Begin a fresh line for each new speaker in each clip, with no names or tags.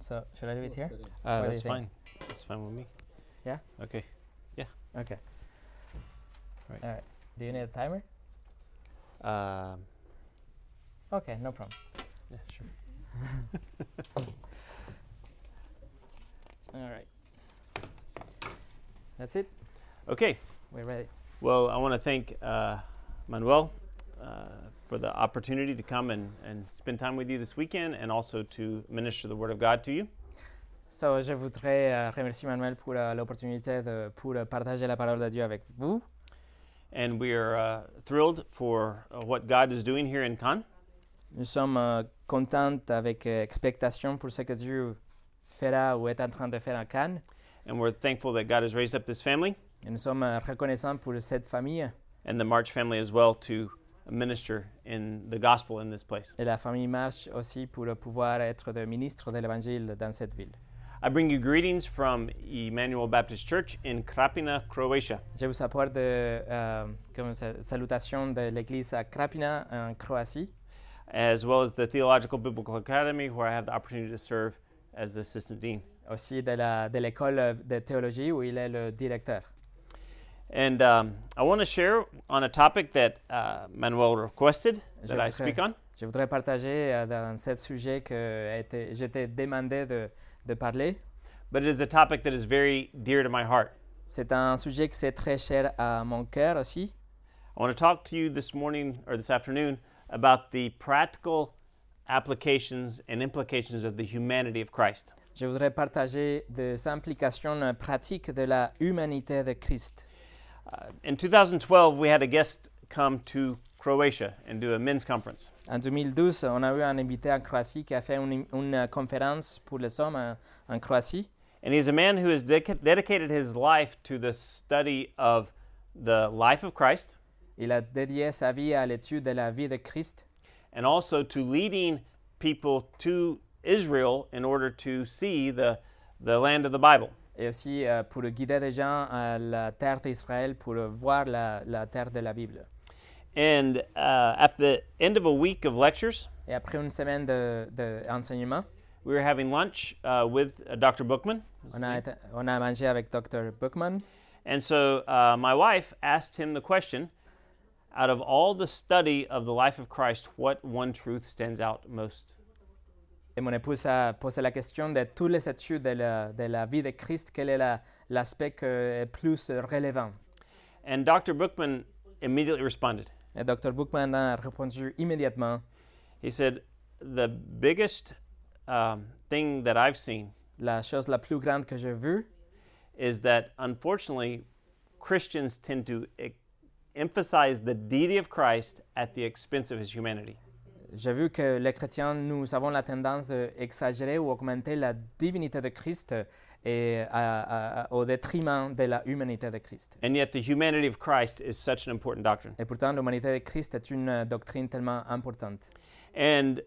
So should I leave it here?
Uh,
What do
that's
you think?
fine. That's fine with me.
Yeah?
Okay.
Okay.
Right.
All right. Do you need a timer?
Um,
Okay, no problem.
yeah, sure.
All right. That's it.
Okay.
We're ready.
Well, I want to thank uh, Manuel uh, for the opportunity to come and, and spend time with you this weekend and also to minister the Word of God to you.
So, je voudrais euh, remercier Manuel pour la- l'opportunité de pour euh, partager la parole de Dieu avec vous.
And we are uh, thrilled for uh, what God is doing here in Cannes.
Nous sommes euh, contents avec euh, expectation pour ce que Dieu fera ou est en train de faire en Cannes.
And we're thankful that God has raised up this family
Et nous sommes euh, reconnaissants pour cette famille
and the March family as well to minister in the gospel in this place.
et la famille Marche aussi pour euh, pouvoir être de ministre de l'Évangile dans cette ville.
I bring you greetings from Emmanuel Baptist Church in Krapina, Croatia.
Je vous apporte de, euh, comme sa- salutation de l'église à Krapina en Croatie
as well as the Theological Biblical Academy, where I have the opportunity to serve as the assistant dean.
aussi de la- de l'école euh, de théologie où il est le directeur.
And um, I want to share on a topic that uh, Manuel requested that
J'aimerais-
I speak on,
Je voudrais partager euh, dans ce sujet que a été- j'étais demandé de, de parler.
but it is a topic that is very dear to my heart.
C'est un sujet qui est très cher à mon cœur aussi.
I want to talk to you this morning or this afternoon about the practical applications and implications of the humanity of Christ.
Je voudrais partager des implications euh, pratiques de la humanité de Christ.
Uh, in 2012, we had a guest come to Croatia and do a men's conference.
En 2012, on a eu un invité en Croatie qui a fait une, une, euh, conférence pour les hommes en- en Croatie.
And he's a man who has dedica- dedicated his life to the study of the life of Christ
Il a dédié sa vie à l'étude de la vie de Christ
and also to leading people to Israel in order to see the, the land of the Bible.
et aussi euh, pour guider des gens à la terre d'Israël pour euh, voir la, la terre de la Bible.
And uh, at the end of a week of lectures,
Et après une semaine d'enseignement, de, enseignement,
we were having lunch uh, with uh, Dr. Bookman.
on, a été- on a mangé avec Dr. Buckman.
And so uh, my wife asked him the question out of all the study of the life of Christ, what one truth stands out most?
Et mon épouse a posé la question de tous les études de la, de la vie de Christ, quel est la- l'aspect que est plus relevant
And Dr. Bookman immediately responded.
Et Dr. Buckman a répondu immédiatement,
He said, The biggest um, thing that I've seen
la chose la plus grande que j'ai vue,
is that unfortunately, Christians tend to e- emphasize the deity of Christ at the expense of his humanity.
J'ai vu que les chrétiens, nous avons la tendance d'exagérer ou augmenter la divinité de Christ euh, et à- à- à- au détriment de la humanité de Christ.
And yet, the humanity of Christ is such an important doctrine.
Et pourtant, l'humanité de Christ est une euh, doctrine tellement importante.
And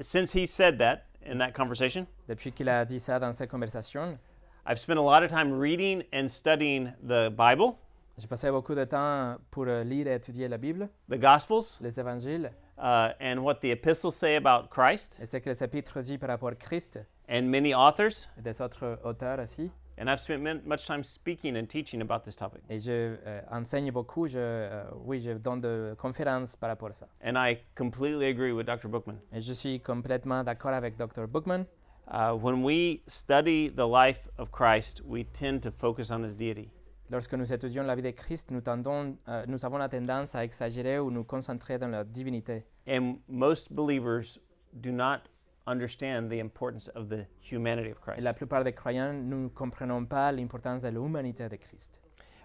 since he said that in that conversation,
Depuis qu'il a dit ça dans ses conversations,
I've spent a lot of time reading and studying the Bible,
j'ai passé beaucoup de temps pour euh, lire et étudier la Bible,
the Gospels,
les évangiles,
uh, and what the epistles say about Christ,
et ce que les épîtres disent par rapport à Christ
and many authors.
et des autres euh, auteurs aussi.
And I've spent min- much time speaking and teaching about this topic.
Et je euh, enseigne beaucoup, je, euh, oui, je donne des conférences par rapport à ça.
And I completely agree with Dr. Bookman.
Et je suis complètement d'accord avec Dr. Bookman.
Uh, when we study the life of Christ, we tend to focus on his deity.
Lorsque nous étudions la vie de Christ, nous, tendons, euh, nous avons la tendance à exagérer ou nous concentrer dans la divinité.
And most believers do not understand the importance of the humanity of
Et
Christ.
la plupart des croyants ne comprenons pas l'importance de l'humanité de Christ.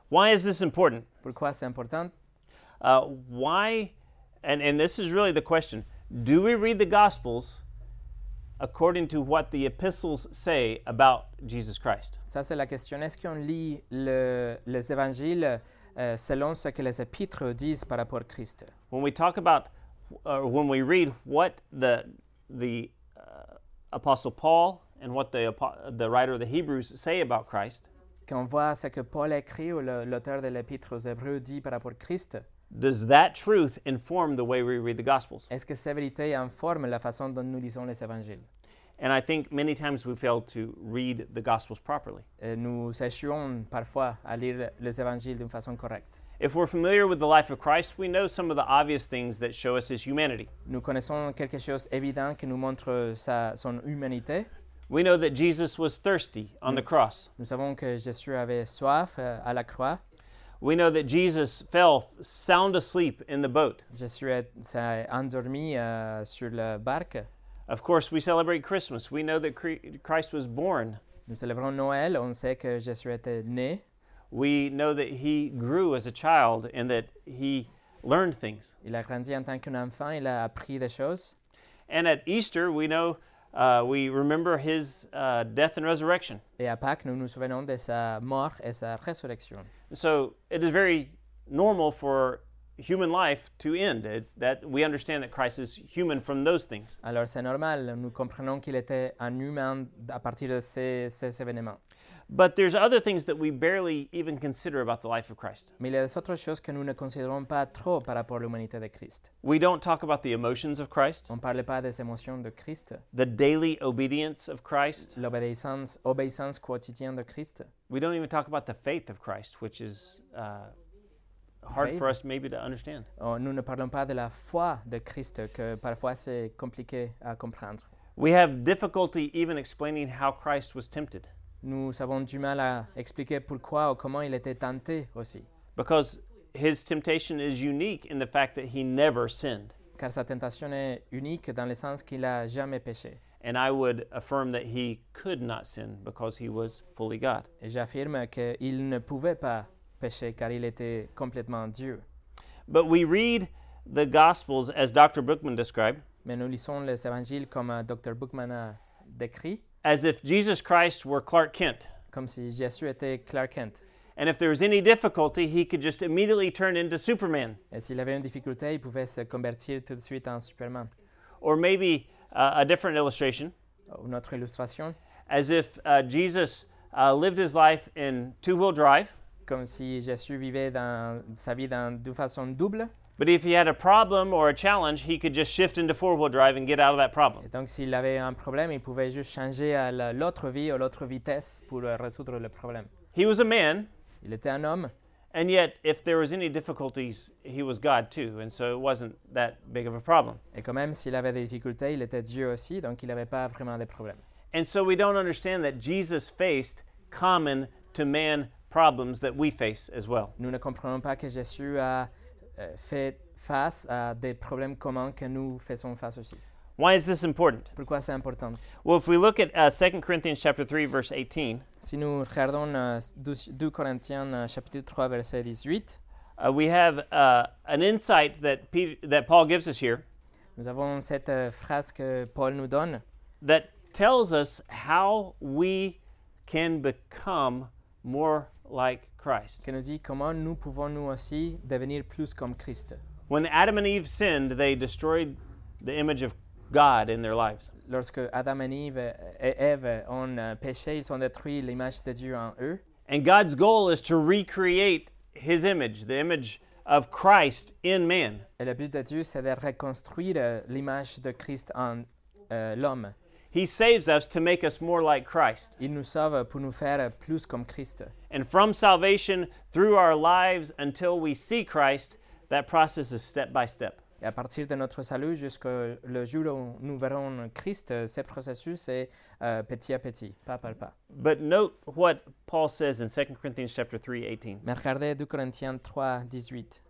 Why is this important?
Pourquoi c'est important
Uh, why, and, and this is really the question do we read the Gospels according to what the epistles say about Jesus Christ?
Ça, c'est la question. Est-ce qu'on lit le- les évangiles euh, selon ce que les épîtres disent par rapport à Christ
when we talk about or when we read what the the uh, apostle Paul and what the apo- the writer of the Hebrews say about Christ,
Quand on voit ce que Paul écrit ou le- l'auteur de l'épître aux Hébreux dit par rapport à Christ,
does that truth inform the way we read the gospels?
est-ce que ces vérités informent la façon dont nous lisons les évangiles
And I think many times we fail to read the Gospels properly.
Euh, nous échouons parfois à lire les évangiles d'une façon correcte.
If we're familiar with the life of Christ, we know some of the obvious things that show us his humanity.
Nous connaissons quelque chose d'évident qui nous montre sa, son humanité.
We know that Jesus was thirsty on the cross.
Nous savons que Jésus avait soif euh, à la croix.
We know that Jesus fell sound asleep in the boat.
Jésus est- s'est endormi euh, sur la barque.
Of course, we celebrate Christmas. We know that cre- Christ was born.
Nous célébrons Noël. On sait que Jésus était né.
We know that he grew as a child and that he learned things.
Il a grandi en tant qu'un enfant. Il a appris des choses.
And at Easter, we know uh, we remember his uh, death and resurrection.
Et à Pâques, nous nous souvenons de sa mort et sa résurrection.
So it is very normal for human life to end. It's that we understand that Christ is human from those things.
Alors c'est normal, nous comprenons qu'il était un humain à partir de ces, ces événements.
But there's other things that we barely even consider about the life of Christ.
Mais il y a des autres choses que nous ne considérons pas trop par rapport à l'humanité de Christ.
We don't talk about the emotions of Christ,
On ne parle pas des émotions de Christ,
the daily obedience of Christ.
l'obéissance obéissance quotidienne de Christ.
We don't even talk about the faith of Christ, which is uh, hard
Faith.
for us maybe to understand.
Oh, nous ne parlons pas de la foi de Christ, que parfois c'est compliqué à comprendre.
We have difficulty even explaining how Christ was tempted.
Nous avons du mal à expliquer pourquoi ou comment il était tenté aussi,
because his temptation is unique in the fact that he never sinned.
car sa tentation est unique dans le sens qu'il n'a jamais péché.
And I would affirm that he could not sin because he was fully God.
Et J'affirme qu'il ne pouvait pas pécher car il était complètement Dieu.
But we read the Gospels as Dr. Bookman described,
Mais nous lisons les évangiles comme euh, Dr. Bookman a décrit,
as if Jesus Christ were Clark Kent.
comme si Jésus était Clark Kent.
And if there was any difficulty, he could just immediately turn into Superman.
Et s'il avait une difficulté, il pouvait se convertir tout de suite en Superman.
Or maybe uh, a different illustration,
Euh, Une autre illustration,
as if uh, Jesus uh, lived his life in two wheel drive,
comme si Jésus vivait dans, sa vie dans- d'une façon double.
but if he had a problem or a challenge, he could just shift into four wheel drive and get out of that problem.
Et donc s'il avait un problème, il pouvait juste changer à la- l'autre vie ou l'autre vitesse pour euh, résoudre le problème.
He was a man,
Il était un homme,
and yet if there was any difficulties, he was God too, and so it wasn't that big of a problem.
et quand même s'il avait des difficultés, il était Dieu aussi, donc il n'avait pas vraiment de problème.
And so we don't understand that Jesus faced common to man problems that we face as well.
Nous ne comprenons pas que Jésus a euh, fait face à des problèmes communs que nous faisons face aussi.
Why is this important?
Pourquoi c'est important
Well, if we look at uh, 2 Corinthians chapter 3 verse 18,
Si nous regardons euh, 12 2 Corinthiens euh, chapitre 3 verset 18,
uh, we have uh, an insight that Peter, that Paul gives us here
nous avons cette euh, phrase que Paul nous donne
that tells us how we can become more like Christ.
qui nous dit comment nous pouvons nous aussi devenir plus comme Christ.
When Adam and Eve sinned, they destroyed the image of God in their lives.
Lorsque Adam et Eve, et Ève ont euh, péché, ils ont détruit l'image de Dieu en eux.
And God's goal is to recreate his image, the image of Christ in man.
Et le but de Dieu, c'est de reconstruire euh, l'image de Christ en euh, l'homme.
He saves us to make us more like Christ.
Il nous sauve pour nous faire plus comme Christ.
And from salvation through our lives until we see Christ, that process is step by step.
Et à partir de notre salut jusqu'au le jour où nous verrons Christ, euh, ce processus est euh, petit à petit, pas par pas.
But note what Paul says in 2 Corinthians chapter 3:18.
Mais regardez 2 Corinthiens 3, 18.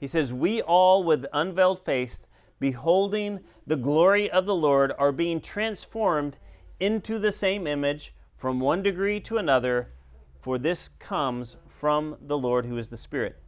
He says, "We all with unveiled face, beholding the glory of the Lord, are being transformed into the same image from one degree to another, for this comes from the Lord who is the Spirit."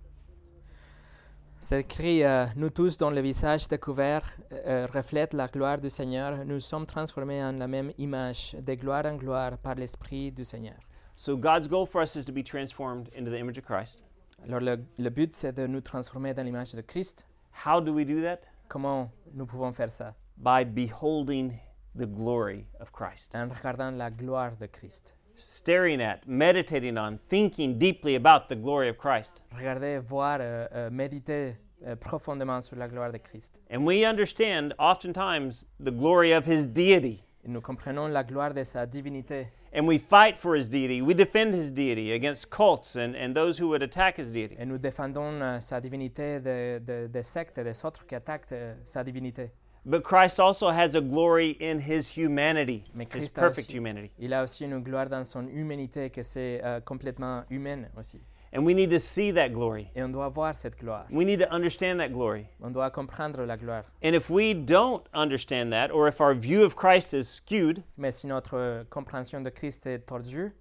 C'est écrit euh, Nous tous, dont le visage découvert euh, reflète la gloire du Seigneur, nous sommes transformés en la même image, de gloire en gloire, par l'Esprit du Seigneur.
So God's goal for us is to be transformed into the image of Christ.
Alors, le, le but, c'est de nous transformer dans l'image de Christ.
How do we do that?
Comment nous pouvons faire ça
By beholding the glory of Christ.
En regardant la gloire de Christ.
Staring at, meditating on, thinking deeply about the glory of Christ.
Regardez, voir, euh, euh, méditer euh, profondément sur la gloire de Christ.
And we understand oftentimes the glory of his deity.
Et Nous comprenons la gloire de sa divinité.
And we fight for his deity. We defend his deity against cults and, and those who would attack his deity.
Et nous défendons euh, sa divinité de- de- des sectes, des autres qui attaquent euh, sa divinité.
But Christ also has a glory in his humanity,
Mais
his
Christ a
perfect
aussi-
humanity.
Il a aussi une gloire dans son humanité que c'est euh, complètement humaine aussi.
And we need to see that glory.
Et on doit voir cette gloire.
We need to understand that glory.
On doit comprendre la gloire.
And if we don't understand that, or if our view of Christ is skewed,
Mais si notre euh, compréhension de Christ est tordue,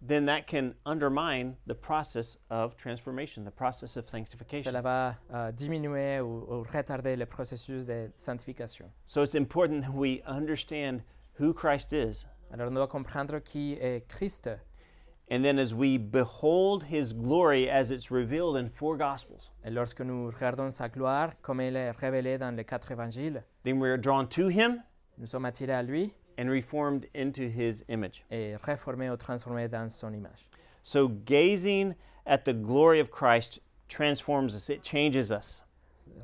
then that can undermine the process of transformation, the process of sanctification.
cela va euh, diminuer ou, ou retarder le processus de sanctification.
So it's important that we understand who Christ is.
Alors on doit comprendre qui est Christ.
And then as we behold his glory as it's revealed in four gospels,
Et lorsque nous regardons sa gloire, comme elle est révélée dans les quatre évangiles,
then we are drawn to him
nous sommes attirés à lui
and reformed into his image.
et réformés ou transformés dans son image.
So gazing at the glory of Christ transforms us, it changes us.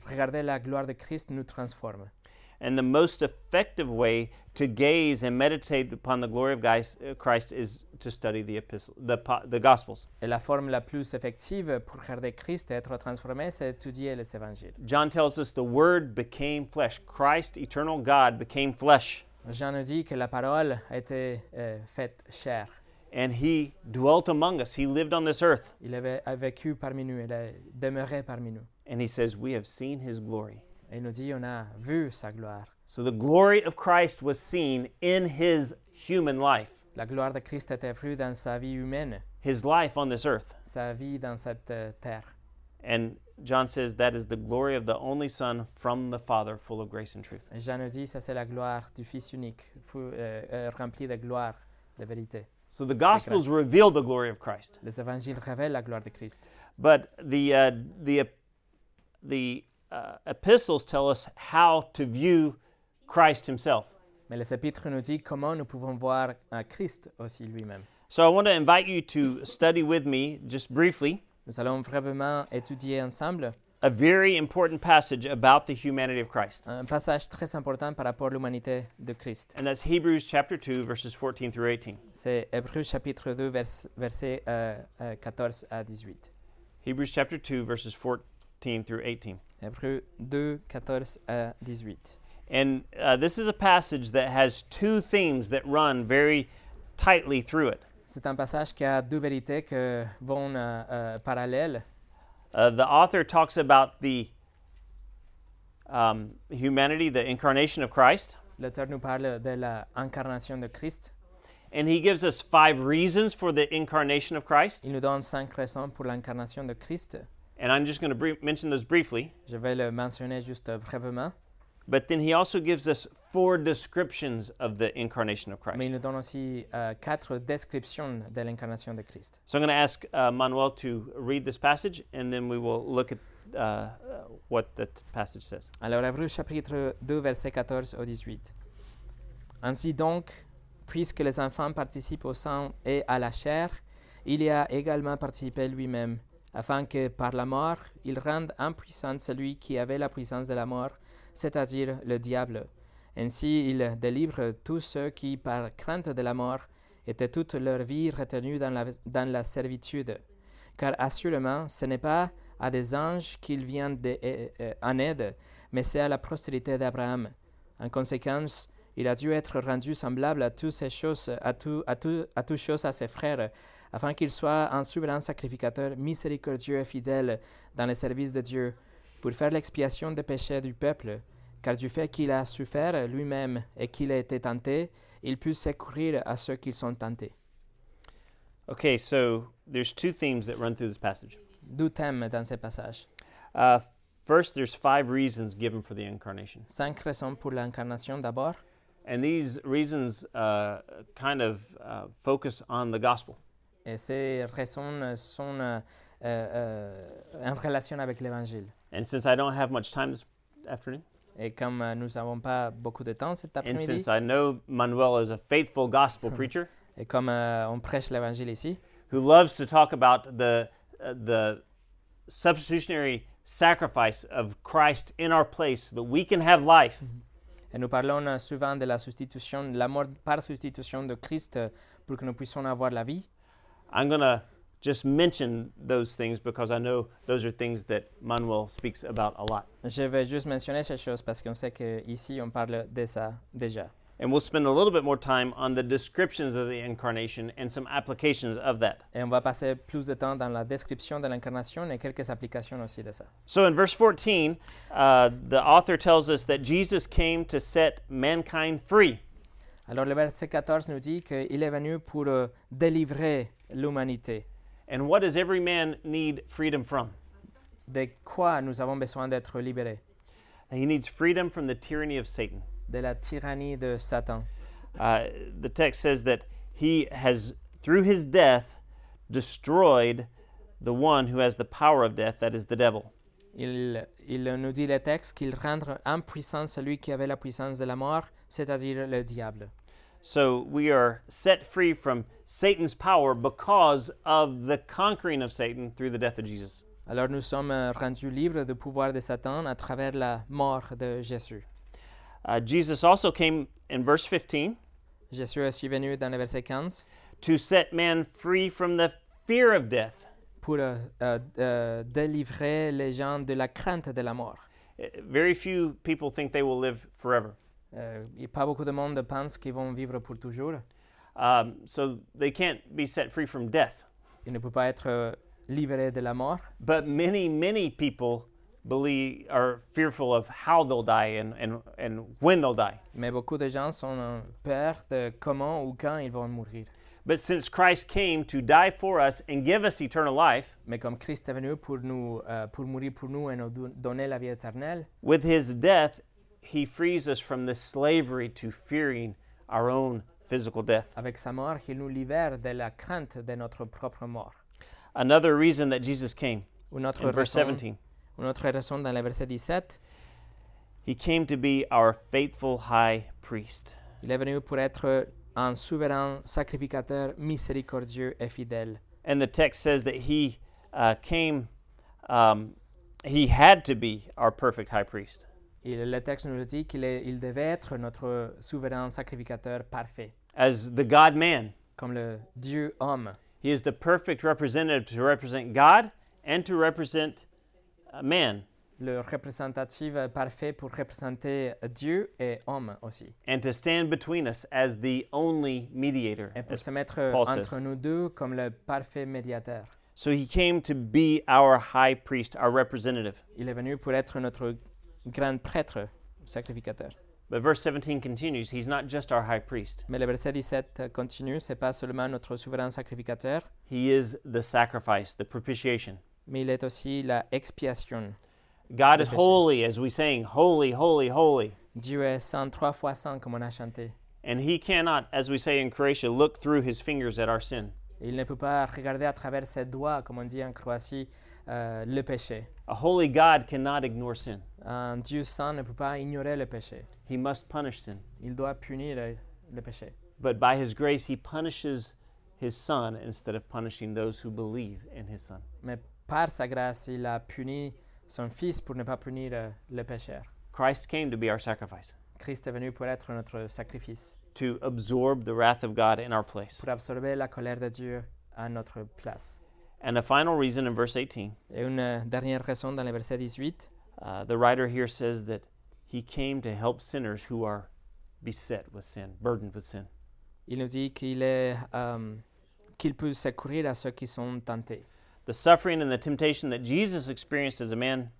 Regarder la gloire de Christ nous transforme.
And the most effective way to gaze and meditate upon the glory of guys- uh, Christ is to study the epistle, the, po- the gospels.
Et la forme la plus effective pour regarder Christ et être transformé, c'est étudier les évangiles.
John tells us the word became flesh. Christ, eternal God, became flesh,
Jean nous dit que la parole a été euh, faite chair.
and he dwelt among us. He lived on this earth.
Il avait a vécu parmi nous, il est demeuré parmi nous.
And he says, We have seen his glory.
Et il nous dit, on a vu sa gloire.
So the glory of Christ was seen in his human life,
La gloire de Christ était vue dans sa vie humaine,
his life on this earth.
sa vie dans cette euh, terre.
And John says, That is the glory of the only Son from the Father, full of grace and truth.
Et Jean nous dit, ça c'est la gloire du Fils unique, fou- euh, euh, rempli de gloire, de vérité.
So the Gospels reveal the glory of Christ.
Les évangiles révèlent la gloire de Christ.
But the, uh, the, ep- the uh, epistles tell us how to view Christ himself.
Mais les épîtres nous disent comment nous pouvons voir euh, Christ aussi lui-même.
So I want to invite you to study with me, just briefly,
Nous allons vraiment étudier ensemble
a very important passage about the humanity of Christ.
un passage très important par rapport à l'humanité de Christ.
And that's Hebrews chapter 2, verses 14 through 18.
C'est Hébreux chapitre 2, vers- versets euh, euh, 14 à 18.
Hebrews chapter 2, verses 14 through 18.
Hébreux 2, 14 à 18.
And uh, this is a passage that has two themes that run very tightly through it
C'est un passage qui a deux vérités que vont euh, euh, parallèles.
Uh, the author talks about the um, humanity, the incarnation of Christ,
L'auteur nous parle de l'incarnation de Christ.
and he gives us five reasons for the incarnation of Christ.
Il nous donne cinq raisons pour l'incarnation de Christ.
And I'm just going to br- mention those briefly.
Je vais le mentionner juste brièvement.
But then he also gives us four descriptions of the incarnation of Christ.
Mais il nous donne aussi euh, quatre descriptions de l'incarnation de Christ.
So I'm going to ask uh, Manuel to read this passage, and then we will look at uh, uh, what the t- passage says.
Alors, Hébreux chapitre 2, verset 14 au 18. Ainsi donc, puisque les enfants participent au sang et à la chair, il y a également participé lui-même, afin que par la mort, il rende impuissant celui qui avait la puissance de la mort, c'est-à-dire le diable. Ainsi, il délivre tous ceux qui, par crainte de la mort, étaient toute leur vie retenus dans la, dans la servitude. Car assurément, ce n'est pas à des anges qu'il vient de- euh, euh, en aide, mais c'est à la postérité d'Abraham. En conséquence, il a dû être rendu semblable à toutes ces choses, à, tout, à, tout- à toutes choses à ses frères, afin qu'il soit un souverain sacrificateur miséricordieux et fidèle dans le service de Dieu, pour faire l'expiation des péchés du peuple. Car du fait qu'il a souffert lui-même et qu'il a été tenté, il put secourir à ceux qui sont tentés.
Okay, so there's two themes that run through this passage.
Deux thèmes dans ce passage.
Uh, first, there's five reasons given for the incarnation,
Cinq raisons pour l'incarnation d'abord.
and these reasons uh, kind of uh, focus on the gospel.
Et ces raisons euh, sont euh, euh, euh, en relation avec l'Évangile.
And since I don't have much time this afternoon,
Et comme euh, nous n'avons pas beaucoup de temps cet
and
après-midi,
since I know Manuel is a faithful gospel preacher
et comme euh, on prêche l'Évangile ici,
who loves to talk about the uh, the substitutionary sacrifice of Christ in our place so that we can have life.
et Et nous parlons euh, souvent de la substitution, la mort par substitution de Christ euh, pour que nous puissions avoir la vie.
I'm going to just mention those things because I know those are things that Manuel speaks about a lot.
Je vais juste mentionner ces choses parce qu'on sait qu'ici, on parle de ça déjà.
And we'll spend a little bit more time on the descriptions of the incarnation and some applications of that.
Et on va passer plus de temps dans la description de l'incarnation et quelques applications aussi de ça.
So in verse 14, uh, the author tells us that Jesus came to set mankind free.
Alors le verset 14 nous dit qu'il est venu pour euh, délivrer l'humanité.
And what does every man need freedom from?
De quoi nous avons besoin d'être libérés
He needs freedom from the tyranny of Satan.
De la tyrannie de Satan.
Uh, the text says that he has, through his death, destroyed the one who has the power of death, that is the devil.
Il, il nous dit le texte qu'il rendre impuissant celui qui avait la puissance de la mort, c'est-à-dire le diable.
So we are set free from Satan's power because of the conquering of Satan through the death of Jesus.
Alors nous sommes euh, rendus libres du pouvoir de Satan à travers la mort de Jésus.
Uh, Jesus also came in verse 15
Jésus est aussi venu dans le verset 15
to set man free from the fear of death.
pour euh, euh, euh, délivrer les gens de la crainte de la mort.
Uh, Very few people think they will live forever.
Euh, et pas beaucoup de monde pense qu'ils vont vivre pour toujours.
Um, so they can't be set free from death.
Ils ne peuvent pas être euh, libérés de la mort.
But many, many people believe are fearful of how they'll die and, and, and when they'll die.
Mais beaucoup de gens sont en peur de comment ou quand ils vont mourir.
But since Christ came to die for us and give us eternal life,
Mais comme Christ est venu pour, nous, euh, pour mourir pour nous et nous don- donner la vie éternelle,
with his death, he frees us from the slavery to fearing our own physical death.
avec sa mort, il nous libère de la crainte de notre propre mort.
Another reason that Jesus came
Une autre,
in verse
raison,
17,
une autre raison dans le verset 17,
he came to be our faithful high priest.
il est venu pour être un souverain sacrificateur miséricordieux et fidèle.
And the text says that he uh, came, um, he had to be our perfect high priest.
Il- le texte nous le dit qu'il est- il devait être notre souverain sacrificateur parfait,
As the God man,
comme le Dieu homme.
He is the perfect representative to represent God and to represent uh, man
le représentatif euh, parfait pour représenter Dieu et homme aussi.
and to stand between us as the only mediator.
Et pour
As-
se mettre euh,
Paul
entre
says.
nous deux comme le parfait médiateur.
So he came to be our high priest, our representative.
Il est venu pour être notre grand prêtre, sacrificateur.
But verse 17 continues, he's not just our high priest.
Mais le verset 17 euh, continue, c'est pas seulement notre souverain sacrificateur,
He is the sacrifice, the propitiation.
mais il est aussi la expiation.
God is
Propitiation.
holy as we sang, holy, holy, holy.
Dieu est saint, trois fois saint, comme on a chanté.
And he cannot, as we say in Croatia, look through his fingers at our sin.
Il ne peut pas regarder à travers ses doigts, comme on dit en Croatie, euh, le péché.
A holy God cannot ignore sin.
Un Dieu saint ne peut pas ignorer le péché.
He must punish sin.
Il doit punir le- le péché.
But by his grace, he punishes his son instead of punishing those who believe in his son.
Mais par sa grâce, il a puni son Fils pour ne pas punir euh, le pécheur.
Christ came to be our sacrifice,
Christ est venu pour être notre sacrifice,
to absorb the wrath of God in our place.
pour absorber la colère de Dieu à notre place.
And a final reason in verse 18,
Et une euh, dernière raison dans le verset 18,
uh, the writer here says that he came to help sinners who are beset with sin, burdened with sin.
il nous dit qu'il est euh, qu'il peut secourir à ceux qui sont tentés.
The suffering and the temptation that Jesus experienced as a man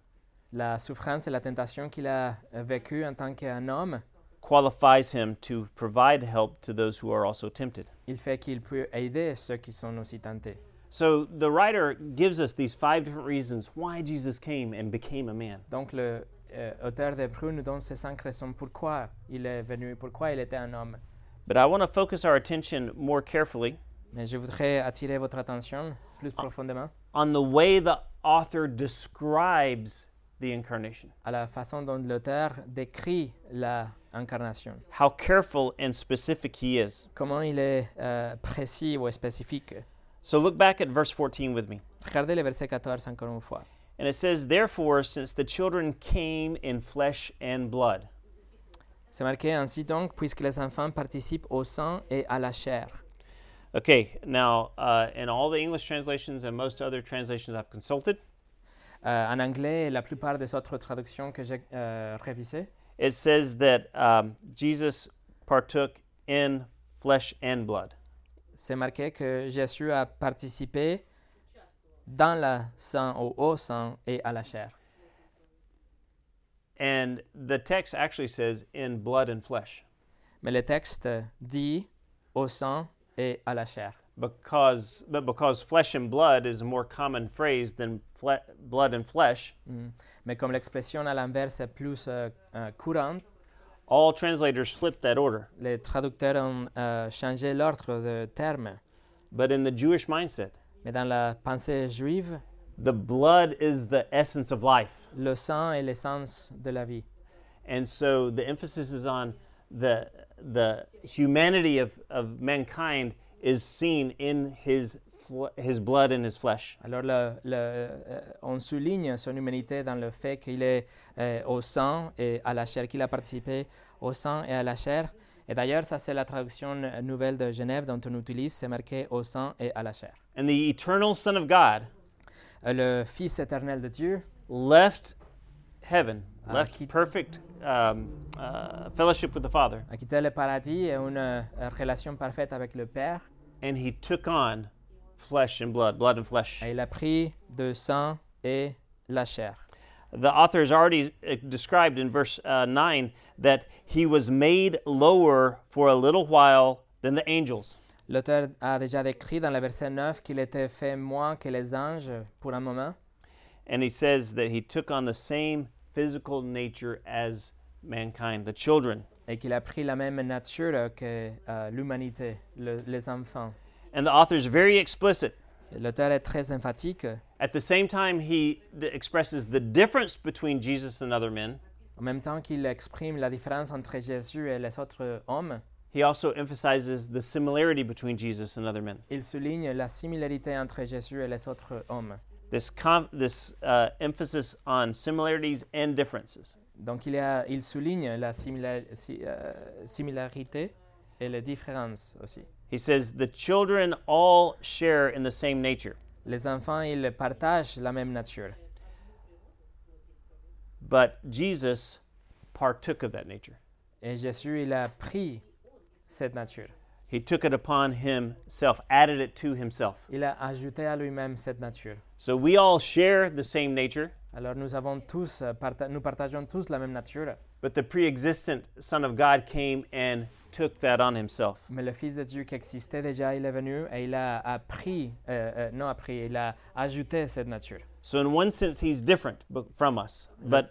La souffrance et la tentation qu'il a euh, vécue en tant qu'un homme,
qualifies him to provide help to those who are also tempted.
il fait qu'il peut aider ceux qui sont aussi tentés.
So the writer gives us these five different reasons why Jesus came and became a man.
Donc le euh, auteur d'Hébreux nous donne ces cinq raisons pourquoi il est venu, pourquoi il était un homme.
But I want to focus our attention more carefully
Mais je voudrais attirer votre attention plus profondément
on the way the author describes the incarnation.
à la façon dont l'auteur décrit l'incarnation.
How careful and specific he is.
Comment il est euh, précis ou spécifique.
So look back at verse 14 with me.
Regardez le verset 14 encore une fois.
And it says, Therefore, since the children came in flesh and blood,
C'est marqué ainsi donc, puisque les enfants participent au sang et à la chair.
Okay, now uh, in all the English translations and most other translations I've consulted,
Euh, en anglais et la plupart des autres traductions que j'ai euh, révisées,
it says that um, Jesus partook in flesh and blood.
c'est marqué que Jésus a participé dans la sang, au haut sang et à la chair.
And the text actually says in blood and flesh
Mais le texte dit au sang et à la chair.
because but because flesh and blood is a more common phrase than fle- blood and flesh,
Mm. Mais comme l'expression à l'inverse est plus euh, euh, courante,
all translators flip that order.
les traducteurs ont euh, changé l'ordre de termes.
But in the Jewish mindset,
Mais dans la pensée juive,
the blood is the essence of life.
le sang est l'essence de la vie.
And so the emphasis is on the the humanity of, of mankind is seen in his fl- his blood and his flesh.
Alors, le- le- euh, on souligne son humanité dans le fait qu'il est euh, au sang et à la chair, qu'il a participé au sang et à la chair. Et d'ailleurs, ça, c'est la traduction euh, nouvelle de Genève dont on utilise, c'est marqué au sang et à la chair.
And the eternal Son of God
Euh, Le Fils éternel de Dieu,
left heaven, left
he-
perfect um, uh, fellowship with the Father,
a quitté le paradis et une euh, relation parfaite avec le Père.
and he took on flesh and blood, blood and flesh.
Et il a pris de sang et la chair.
The author has already uh, described in verse uh, 9 that he was made lower for a little while than the angels.
L'auteur a déjà décrit dans le verset 9 qu'il était fait moins que les anges pour un moment.
And he says that he took on the same physical nature as mankind, the children.
et qu'il a pris la même nature que euh, l'humanité, le- les enfants.
And the author is very explicit.
L'auteur est très emphatique.
At the same time, he d- expresses the difference between Jesus and other men.
En même temps qu'il exprime la différence entre Jésus et les autres hommes,
He also emphasizes the similarity between Jesus and other men.
il souligne la similarité entre Jésus et les autres hommes.
This, com- this uh, emphasis on similarities and differences.
Donc il, y a- il souligne la simila- si- euh, similarité et les différences aussi.
He says, The children all share in the same nature,
Les enfants, ils partagent la même nature,
but Jesus partook of that nature.
et Jésus, il a pris cette nature.
He took it upon himself, added it to himself.
Il a ajouté à lui-même cette nature.
So we all share the same nature,
Alors nous avons tous, euh, parta- nous partageons tous la même nature,
but the pre existent Son of God came and took that on himself.
mais le Fils de Dieu qui existait déjà, il est venu et il a appris, euh, euh, non appris, il a ajouté cette nature.
So, in one sense, he's different bu- from us, but,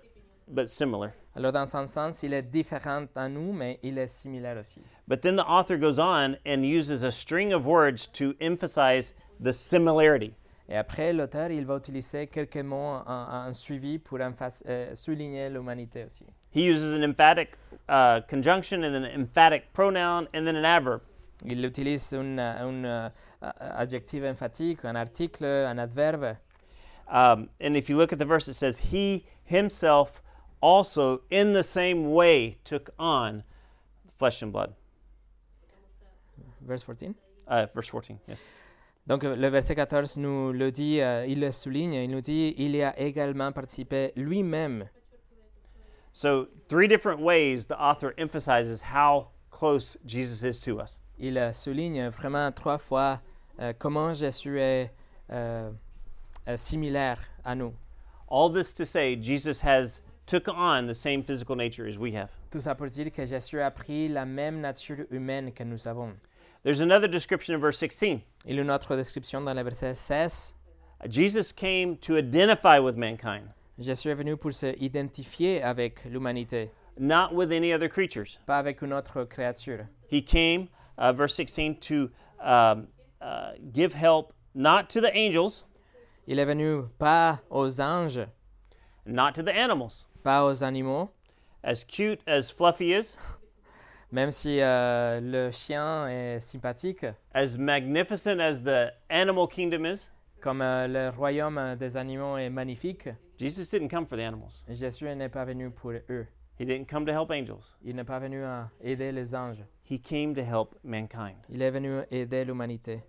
but similar.
Alors dans un sens, il est différent à nous, mais il est similaire aussi.
But then the author goes on and uses a string of words to emphasize the similarity.
Et après, l'auteur, il va utiliser quelques mots en, en suivi pour emphas- euh, souligner l'humanité aussi.
He uses an emphatic uh, conjunction and an emphatic pronoun and then an adverb.
Il utilise un euh, adjectif emphatique, un article, un adverbe.
Um, and if you look at the verse, it says, He himself also in the same way took on flesh and blood.
Verse 14.
Uh, verse 14, yes.
Donc euh, le verset 14 nous le dit, euh, il le souligne, il nous dit, il y a également participé lui-même.
So, three different ways the author emphasizes how close Jesus is to us.
Il euh, souligne vraiment trois fois euh, comment Jésus est euh, euh, similaire à nous.
All this to say, Jesus has took on the same physical nature as we have.
Tout ça pour dire que Jésus a pris la même nature humaine que nous avons.
There's another description in verse 16.
Il y a une autre description dans le verset 16.
Uh, Jesus came to identify with mankind,
Jésus est venu pour se identifier avec l'humanité,
not with any other creatures.
pas avec une autre créature.
He came, uh, verse 16, to um, uh, give help not to the angels,
Il est venu pas aux anges,
not to the animals.
pas aux animaux,
As cute as Fluffy is,
Même si euh, le chien est sympathique,
as magnificent as the animal kingdom is,
comme euh, le royaume euh, des animaux est magnifique,
Jesus didn't come for the animals.
Jésus n'est pas venu pour eux.
He He didn't come to help angels,
Il n'est pas venu à aider les anges.
he came to help mankind.
Il est venu aider l'humanité.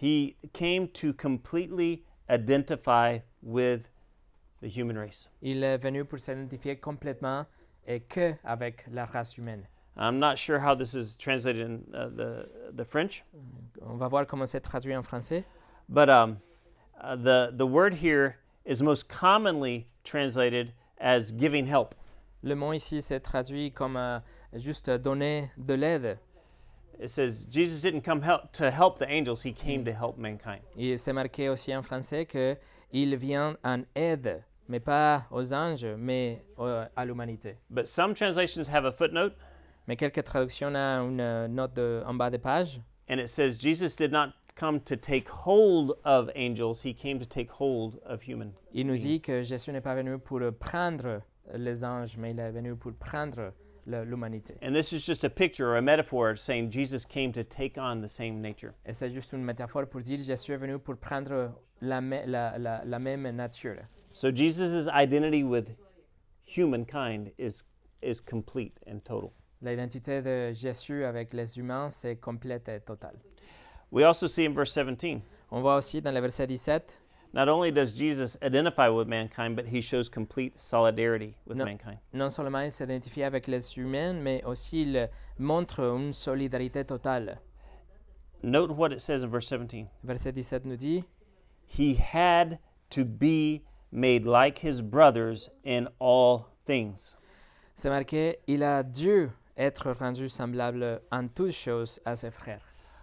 He came to completely identify with the human race.
Il est venu pour s'identifier complètement et que avec la race humaine.
I'm not sure how this is translated in uh, the, the French,
On va voir comment c'est traduit en français.
but um, uh, the, the word here is most commonly translated as giving help.
Le mot ici s'est traduit comme euh, juste donner de l'aide.
It says Jesus didn't come help, to help the angels, he came to help mankind.
Il s'est marqué aussi en français que il vient en aide, mais pas aux anges, mais euh, à l'humanité.
But some translations have a footnote
Mais quelques traductions ont une euh, note de- en bas de page.
and it says Jesus did not come to take hold of angels, he came to take hold of human.
Il nous dit
Yes.
que Jésus n'est pas venu pour euh, prendre les anges, mais il est venu pour prendre le- l'humanité.
And this is just a picture or a metaphor saying Jesus came to take on the same nature.
Et c'est juste une métaphore pour dire Jésus est venu pour prendre la, mê- la- la- la même nature.
So Jesus' identity with humankind is is complete and total.
L'identité de Jésus avec les humains, c'est complète et totale.
We also see in verse 17,
On voit aussi dans le verset 17,
not only does Jesus identify with mankind, but he shows complete solidarity with
No.
mankind.
non seulement il s'identifie avec les humains, mais aussi il montre une solidarité totale.
Note what it says in verse 17.
Verset 17 nous dit,
He had to be made like his brothers in all things.
c'est marqué, il a dû être rendu semblable en toutes choses à ses frères.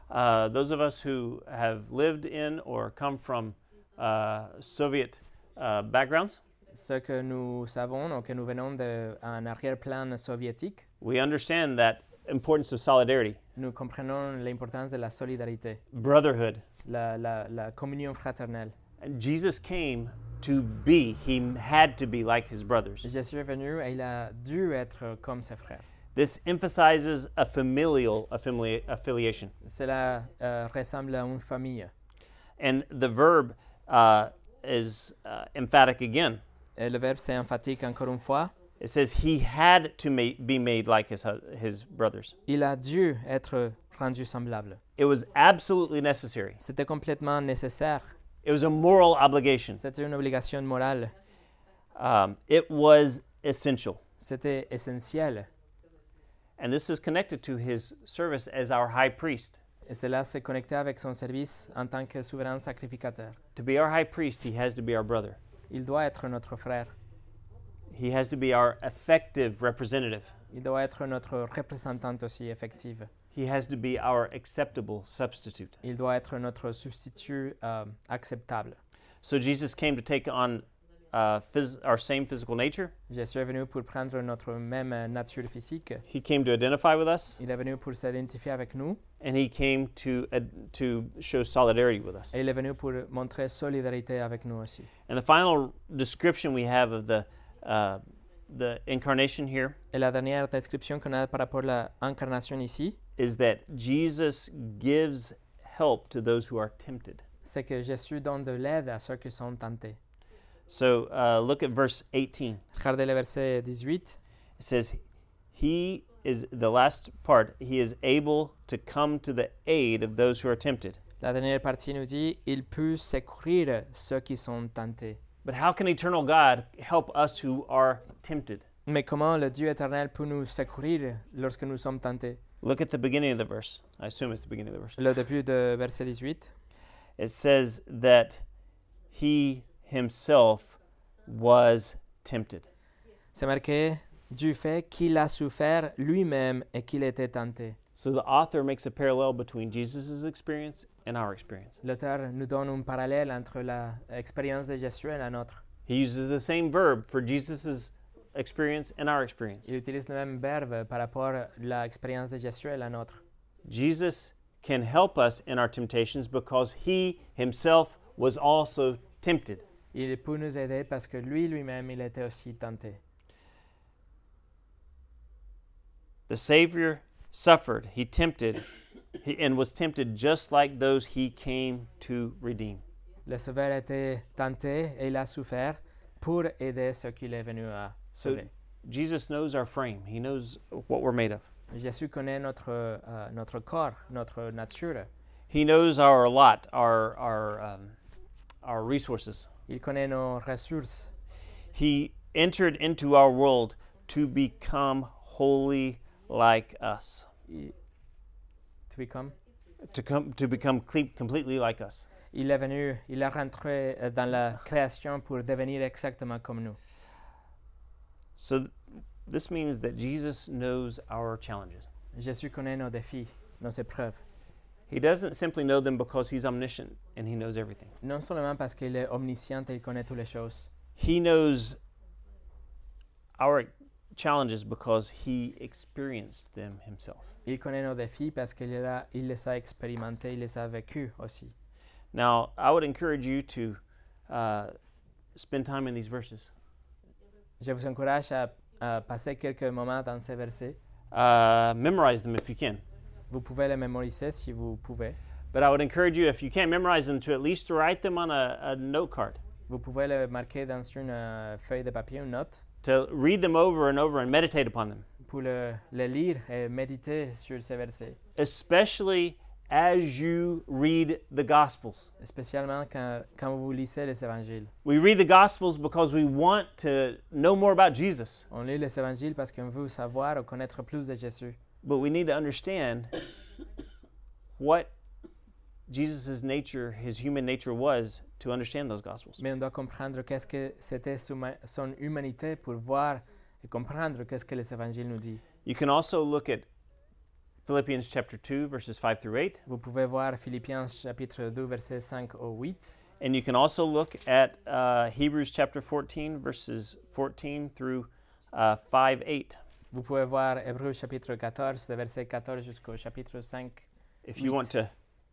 Uh, those of us who have lived in or come from uh, Soviet uh, backgrounds,
Ce que nous savons, ou que nous venons d'un arrière-plan soviétique,
we understand that importance of solidarity,
nous comprenons l'importance de la solidarité.
brotherhood.
la, la- la communion fraternelle.
And Jesus came to be, he had to be like his brothers.
Jésus est venu et il a dû être comme ses frères.
This emphasizes a familial affili- affiliation.
Cela euh, ressemble à une famille.
And the verb uh, is uh, emphatic again.
Et le verbe c'est emphatique encore une fois.
It says he had to ma- be made like his, hu- his brothers.
Il a dû être rendu semblable.
It was absolutely necessary.
C'était complètement nécessaire.
It was a moral obligation.
C'était une obligation morale.
Um, it was essential.
C'était essentiel.
And this is connected to his service as our high priest.
Et cela se connectait avec son service en tant que souverain sacrificateur.
To be our high priest, he has to be our brother.
Il doit être notre frère.
He has to be our effective representative.
Il doit être notre représentante aussi effective.
He has to be our acceptable substitute.
Il doit être notre substitut euh, acceptable.
So Jesus came to take on uh, phys- our same physical nature.
Jésus est venu pour prendre notre même euh, nature physique.
He came to identify with us,
Il est venu pour s'identifier avec nous
and he came to ad- to show solidarity with us.
et il est venu pour montrer solidarité avec nous aussi.
And the final description we have of the uh, the incarnation here
Et la dernière description qu'on a par rapport à l'incarnation ici,
is that Jesus gives help to those who are tempted.
c'est que Jésus donne de l'aide à ceux qui sont tentés.
So uh, look at verse 18.
Regardez le verset 18.
It says, He is the last part, He is able to come to the aid of those who are tempted.
La dernière partie nous dit Il peut secourir ceux qui sont tentés.
But how can eternal God help us who are tempted?
Mais comment le Dieu éternel peut nous secourir lorsque nous sommes tentés
Look at the beginning of the verse. I assume it's the beginning of the verse.
Le début de verset 18.
It says that he himself was tempted.
C'est marqué du fait qu'il a souffert lui-même et qu'il était tenté.
So the author makes a parallel between Jesus' experience and our experience.
L'auteur nous donne un parallèle entre l'expérience de Jésus et la nôtre.
He uses the same verb for Jesus' experience and our experience.
Il utilise le même verbe par rapport à l'expérience de Jésus et la nôtre.
Jesus can help us in our temptations because he himself was also tempted.
Il peut nous aider parce que lui lui-même, il était aussi tenté.
The Savior suffered, he tempted, he- and was tempted just like those he came to redeem.
Le Sauveur était tenté et il a souffert pour aider ceux qu'il est venu à
So
sauver.
Jesus knows our frame, He knows what we're made of.
Jésus connaît notre, euh, notre corps, notre nature.
He knows our lot, our, our, um, our resources.
Il connaît nos ressources.
He entered into our world to become holy like us,
Il, to become.
to, come, to become cle- completely like us.
Il est venu, il est rentré euh, dans la création pour devenir exactement comme nous.
So th- this means that Jesus knows our challenges.
Jésus connaît nos défis, nos épreuves.
He doesn't simply know them because he's omniscient and he knows everything.
Non seulement parce qu'il est omniscient et il connaît toutes les choses,
He knows our challenges because he experienced them himself.
il connaît nos défis parce qu'il est là, il les a expérimentés, il les a vécus aussi.
Now, I would encourage you to uh, spend time in these verses.
Je vous encourage à, à passer quelques moments dans ces versets.
Uh, memorize them if you can.
Vous pouvez les mémoriser si vous pouvez.
But I would encourage you, if you can't memorize them, to at least write them on a, a note card,
Vous pouvez les marquer dans une euh, feuille de papier, une note,
to read them over and over and meditate upon them,
pour le- les lire et méditer sur ces versets,
especially as you read the Gospels.
spécialement quand, quand vous lisez les évangiles.
We read the Gospels because we want to know more about Jesus.
On lit les évangiles parce qu'on veut savoir ou connaître plus de Jésus.
But we need to understand what Jesus' nature, his human nature was to understand those gospels.
Mais on doit comprendre qu'est-ce que c'était son ma- son humanité pour voir et comprendre qu'est-ce que les évangiles nous disent.
You can also look at Philippians chapter 2 verses 5 through 8
Vous pouvez voir Philippiens chapitre 2 versets 5 au 8
and you can also look at uh, Hebrews chapter 14 verses 14 through uh, 5 8
Vous pouvez voir Hébreux chapitre 14, le verset 14 jusqu'au chapitre 5.
if you want to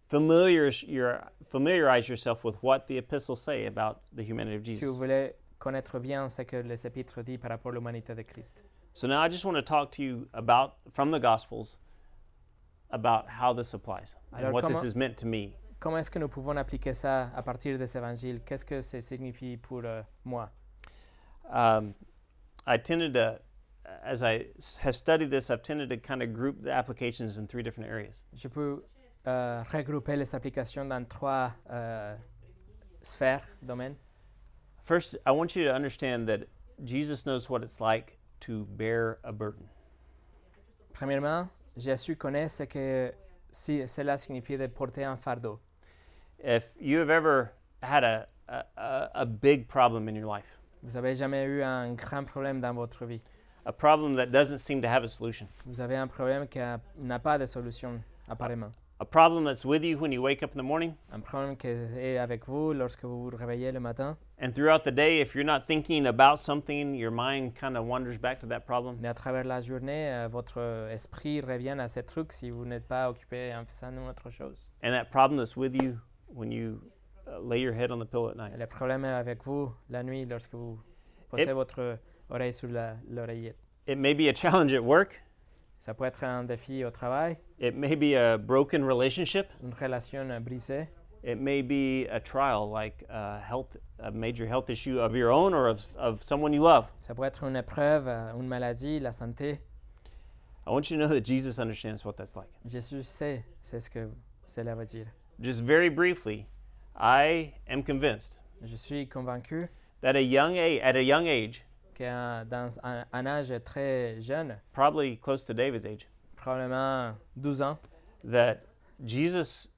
familiar, your, familiarize yourself with what the epistles say about the humanity of
Si vous
Jesus.
voulez connaître bien ce que les épîtres disent par rapport à l'humanité de Christ.
So now I just want to talk to you about from the Gospels about how this applies and
Alors,
what this
comment-
has meant to me.
Comment est-ce que nous pouvons appliquer ça à partir des évangiles Qu'est-ce que ça signifie pour euh, moi
Um, I tended to, as I s- have studied this, I've tended to kind of group the applications in three different areas.
Je peux euh, regrouper les applications dans trois euh, sphères, domaines.
First, I want you to understand that Jesus knows what it's like to bear a burden.
Premièrement, Jésus connaît ce que si- cela signifie de porter un fardeau.
If you have ever had a a, a- a big problem in your life,
Vous avez jamais eu un grand problème dans votre vie.
a problem that doesn't seem to have a solution,
Vous avez un problème qui a- n'a pas de solution, apparemment.
a problem that's with you when you wake up in the morning,
Un problème qui est avec vous lorsque vous vous réveillez le matin.
And throughout the day, if you're not thinking about something, your mind kind of wanders back to that problem.
Mais à travers la journée, euh, votre esprit revient à ces trucs si vous n'êtes pas occupé en faisant une autre chose.
And that problem that's with you when you uh, lay your head on the pillow at night.
Et le problème est avec vous la nuit lorsque vous posez
Et-
votre oreille sur la- l'oreillette.
It may be a challenge at work,
Ça peut être un défi au travail,
it may be a broken relationship,
une relation euh, brisée,
it may be a trial like uh, health, a major health issue of your own or of, of someone you love.
ça peut être une épreuve, euh, une maladie, la santé.
I want you to know that Jesus understands what that's like.
Jésus sait, c'est ce que cela veut dire.
Just very briefly, I am convinced
Je suis convaincu
that a young a- at a young age,
qu'à dans un, un âge très jeune,
probably close to David's age,
probablement 12 ans,
that Jesus,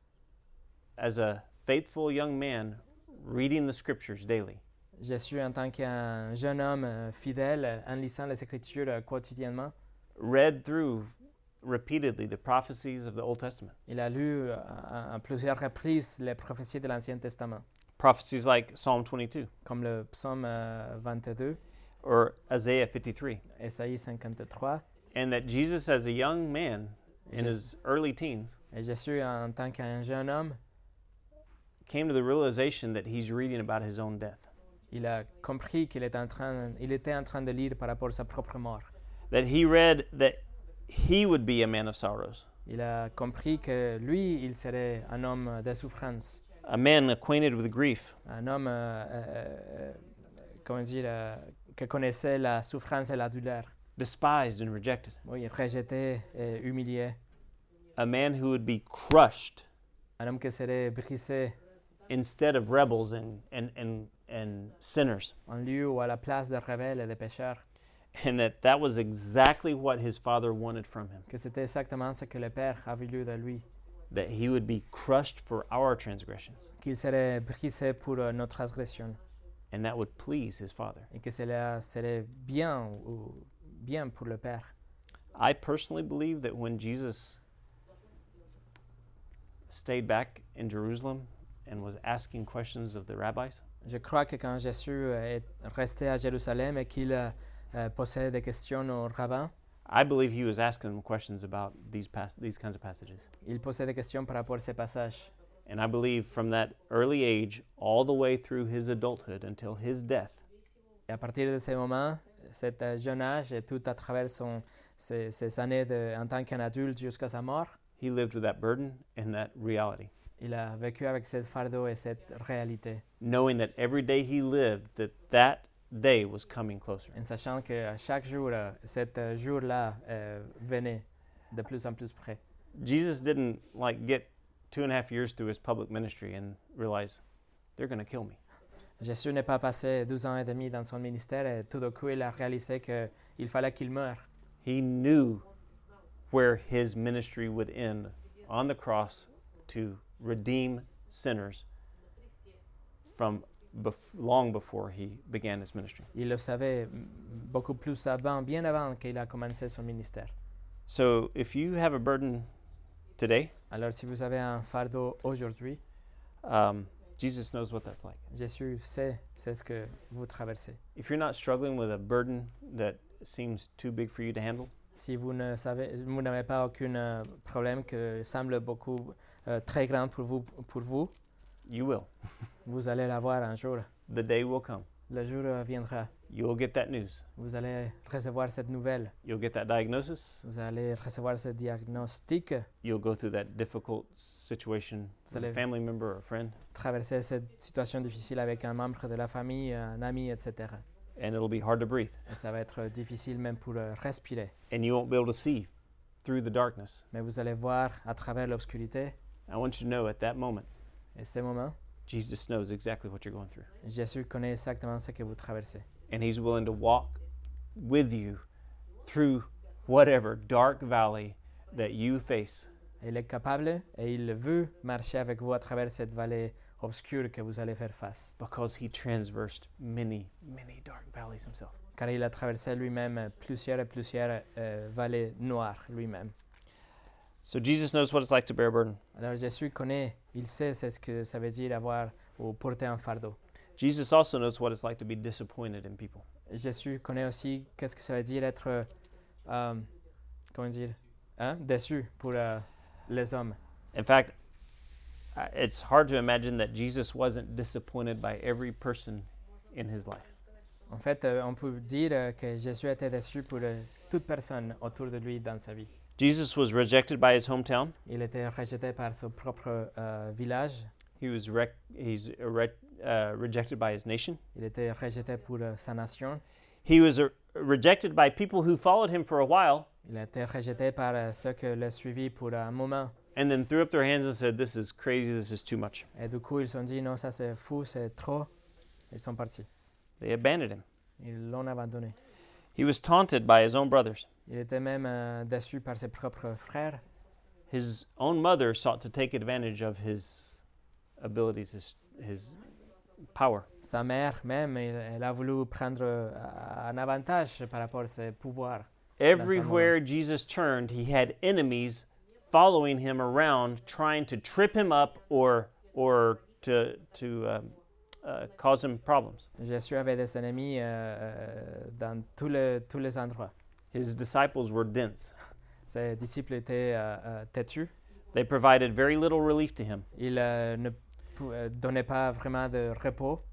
as a faithful young man, reading the scriptures daily,
Jésus, en tant qu'un jeune homme euh, fidèle, euh, en lisant les Écritures euh, quotidiennement,
read through repeatedly the prophecies of the Old Testament.
il a lu euh, à, à plusieurs reprises les prophéties de l'Ancien Testament,
Prophecies like Psalm 22
comme le psaume euh, 22,
or Isaiah 53.
Ésaïe 53.
And that Jesus, as a young man in
Jésus-
his early teens,
Et Jésus, en tant qu'un jeune homme,
came to the realization that he's reading about his own death,
il a compris qu'il était en train, il était en train de lire par rapport à sa propre mort.
that he read that he would be a man of sorrows,
Il a compris que lui, il serait un homme de souffrance,
a man acquainted with grief,
un homme, euh, euh, euh, comment dire, euh, que connaissait la souffrance et la douleur.
despised and rejected,
Oui, rejeté et humilié.
a man who would be crushed
Un homme qui serait brisé
instead of rebels and, and, and, and sinners.
en lieu ou à la place de rebelles et de pécheurs.
And that that was exactly what his father wanted from him,
Que c'était exactement ce que le Père a voulu de lui.
that he would be crushed for our transgressions.
Qu'il serait brisé pour euh, nos transgressions.
And that would please his father.
Et que cela serait bien, ou bien pour le Père.
I personally believe that when Jesus stayed back in Jerusalem and was asking questions of the rabbis,
Je crois que quand Jésus euh, est resté à Jérusalem et qu'il euh, euh, posait des questions aux rabbins,
I believe he was asking them questions about these pas- these kinds of passages.
il posait des questions par rapport à ces passages.
And I believe from that early age all the way through his adulthood until his death,
Et à partir de ce moment, cet euh, jeune âge et tout à travers son, ses, ses années de- en tant qu'un adulte jusqu'à sa mort,
he lived with that burden and that reality,
il a vécu avec ce fardeau et cette réalité,
knowing that every day he lived that that day was coming closer.
en sachant que à chaque jour, euh, cet euh, jour-là euh, venait de plus en plus près.
Jesus didn't like get two and a half years through his public ministry and realize they're going to kill me.
Jésus n'est pas passé 12 ans et demi dans son ministère et tout d'un coup, il a réalisé qu'il fallait qu'il meure.
He knew where his ministry would end on the cross to redeem sinners from bef- long before he began his ministry.
Il le savait mm, beaucoup plus avant, bien avant qu'il a commencé son ministère.
So if you have a burden today,
Alors, si vous avez un fardeau aujourd'hui,
um, Jesus knows what that's like.
Jésus sait, sait ce que vous traversez.
If you're not struggling with a burden that seems too big for you to handle,
Si vous ne savez, vous n'avez pas aucun euh, problème que semble beaucoup euh, très grand pour vous, pour vous,
you will.
vous allez l'avoir un jour.
The day will come.
Le jour euh, viendra.
You'll get that news.
Vous allez recevoir cette nouvelle.
You'll get that diagnosis.
Vous allez recevoir ce diagnostic,
You'll go through that difficult situation with a
Salut.
family member or a friend,
traverser cette situation difficile avec un membre de la famille, un ami, etc.
and it'll be hard to breathe.
Et ça va être difficile même pour euh, respirer.
and you won't be able to see through the darkness.
Mais vous allez voir à travers l'obscurité.
I want you to know at that moment,
Et ce moment,
Jesus knows exactly what you're going through,
Jésus connaît exactement ce que vous traversez.
and He's willing to walk with you through whatever dark valley that you face.
Il est capable et il veut marcher avec vous à travers cette vallée obscure que vous allez faire face,
Because he transversed many, many dark valleys himself.
car il a traversé lui-même euh, plusieurs et plusieurs euh, vallées noires lui-même.
So Jesus knows what it's like to bear a burden.
Alors Jésus connaît, il sait c'est ce que ça veut dire avoir ou porter un fardeau.
Jesus also knows what it's like to be disappointed in people.
Jésus connaît aussi qu'est-ce que ça veut dire être, euh, euh, comment dire, hein, déçu pour euh, les hommes.
In fact, I- it's hard to imagine that Jesus wasn't disappointed by every person in his life.
En fait, euh, on peut dire euh, que Jésus était déçu pour euh, toute personne autour de lui dans sa vie.
Jesus was rejected by his hometown.
Il était rejeté par son propre euh, village,
He was rec- he's uh, rec- uh, rejected by his nation.
il était rejeté pour euh, sa nation,
He was uh, rejected by people who followed him for a while
il était rejeté par euh, ceux qui le suivaient pour euh, un moment.
and then threw up their hands and said, "This is crazy. This is too much."
Et du coup, ils ont dit non, ça c'est fou, c'est trop. Ils sont partis.
They abandoned him.
Ils l'ont abandonné.
He was taunted by his own brothers.
Il était même euh, déçu par ses propres frères.
His own mother sought to take advantage of his abilities, his, his power.
Sa mère même, elle, elle a voulu prendre euh, un avantage par rapport à ses pouvoirs.
Everywhere Jesus turned, he had enemies following him around, trying to trip him up or or to to um, uh, cause him problems.
Jésus avait des ennemis euh, euh, dans tous les, tous les endroits.
His disciples were dense.
Ses disciples étaient euh, euh, têtus.
They provided very little relief to him.
Il euh, ne pou- euh, donnait pas vraiment de repos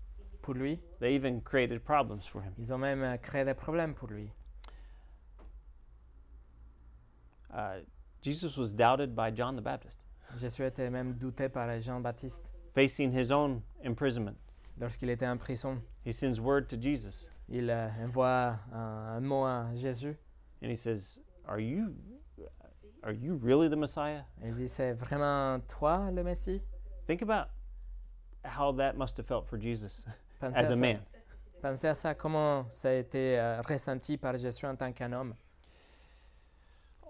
pour lui.
They even created problems for him.
Ils ont même euh, créé des problèmes pour lui.
Uh, Jesus was doubted by John the Baptist,
Jésus était même douté par Jean-Baptiste.
facing his own imprisonment.
Lorsqu'il était en prison,
He sends word to Jesus
Il euh, envoie un, un mot à Jésus.
and he says, "Are you are you really the Messiah?"
Il dit, c'est vraiment toi le Messie
Think about how that must have felt for Jesus
Pensez à
as
ça.
a man.
Pensez à ça, comment ça a été euh, ressenti par Jésus en tant qu'un homme.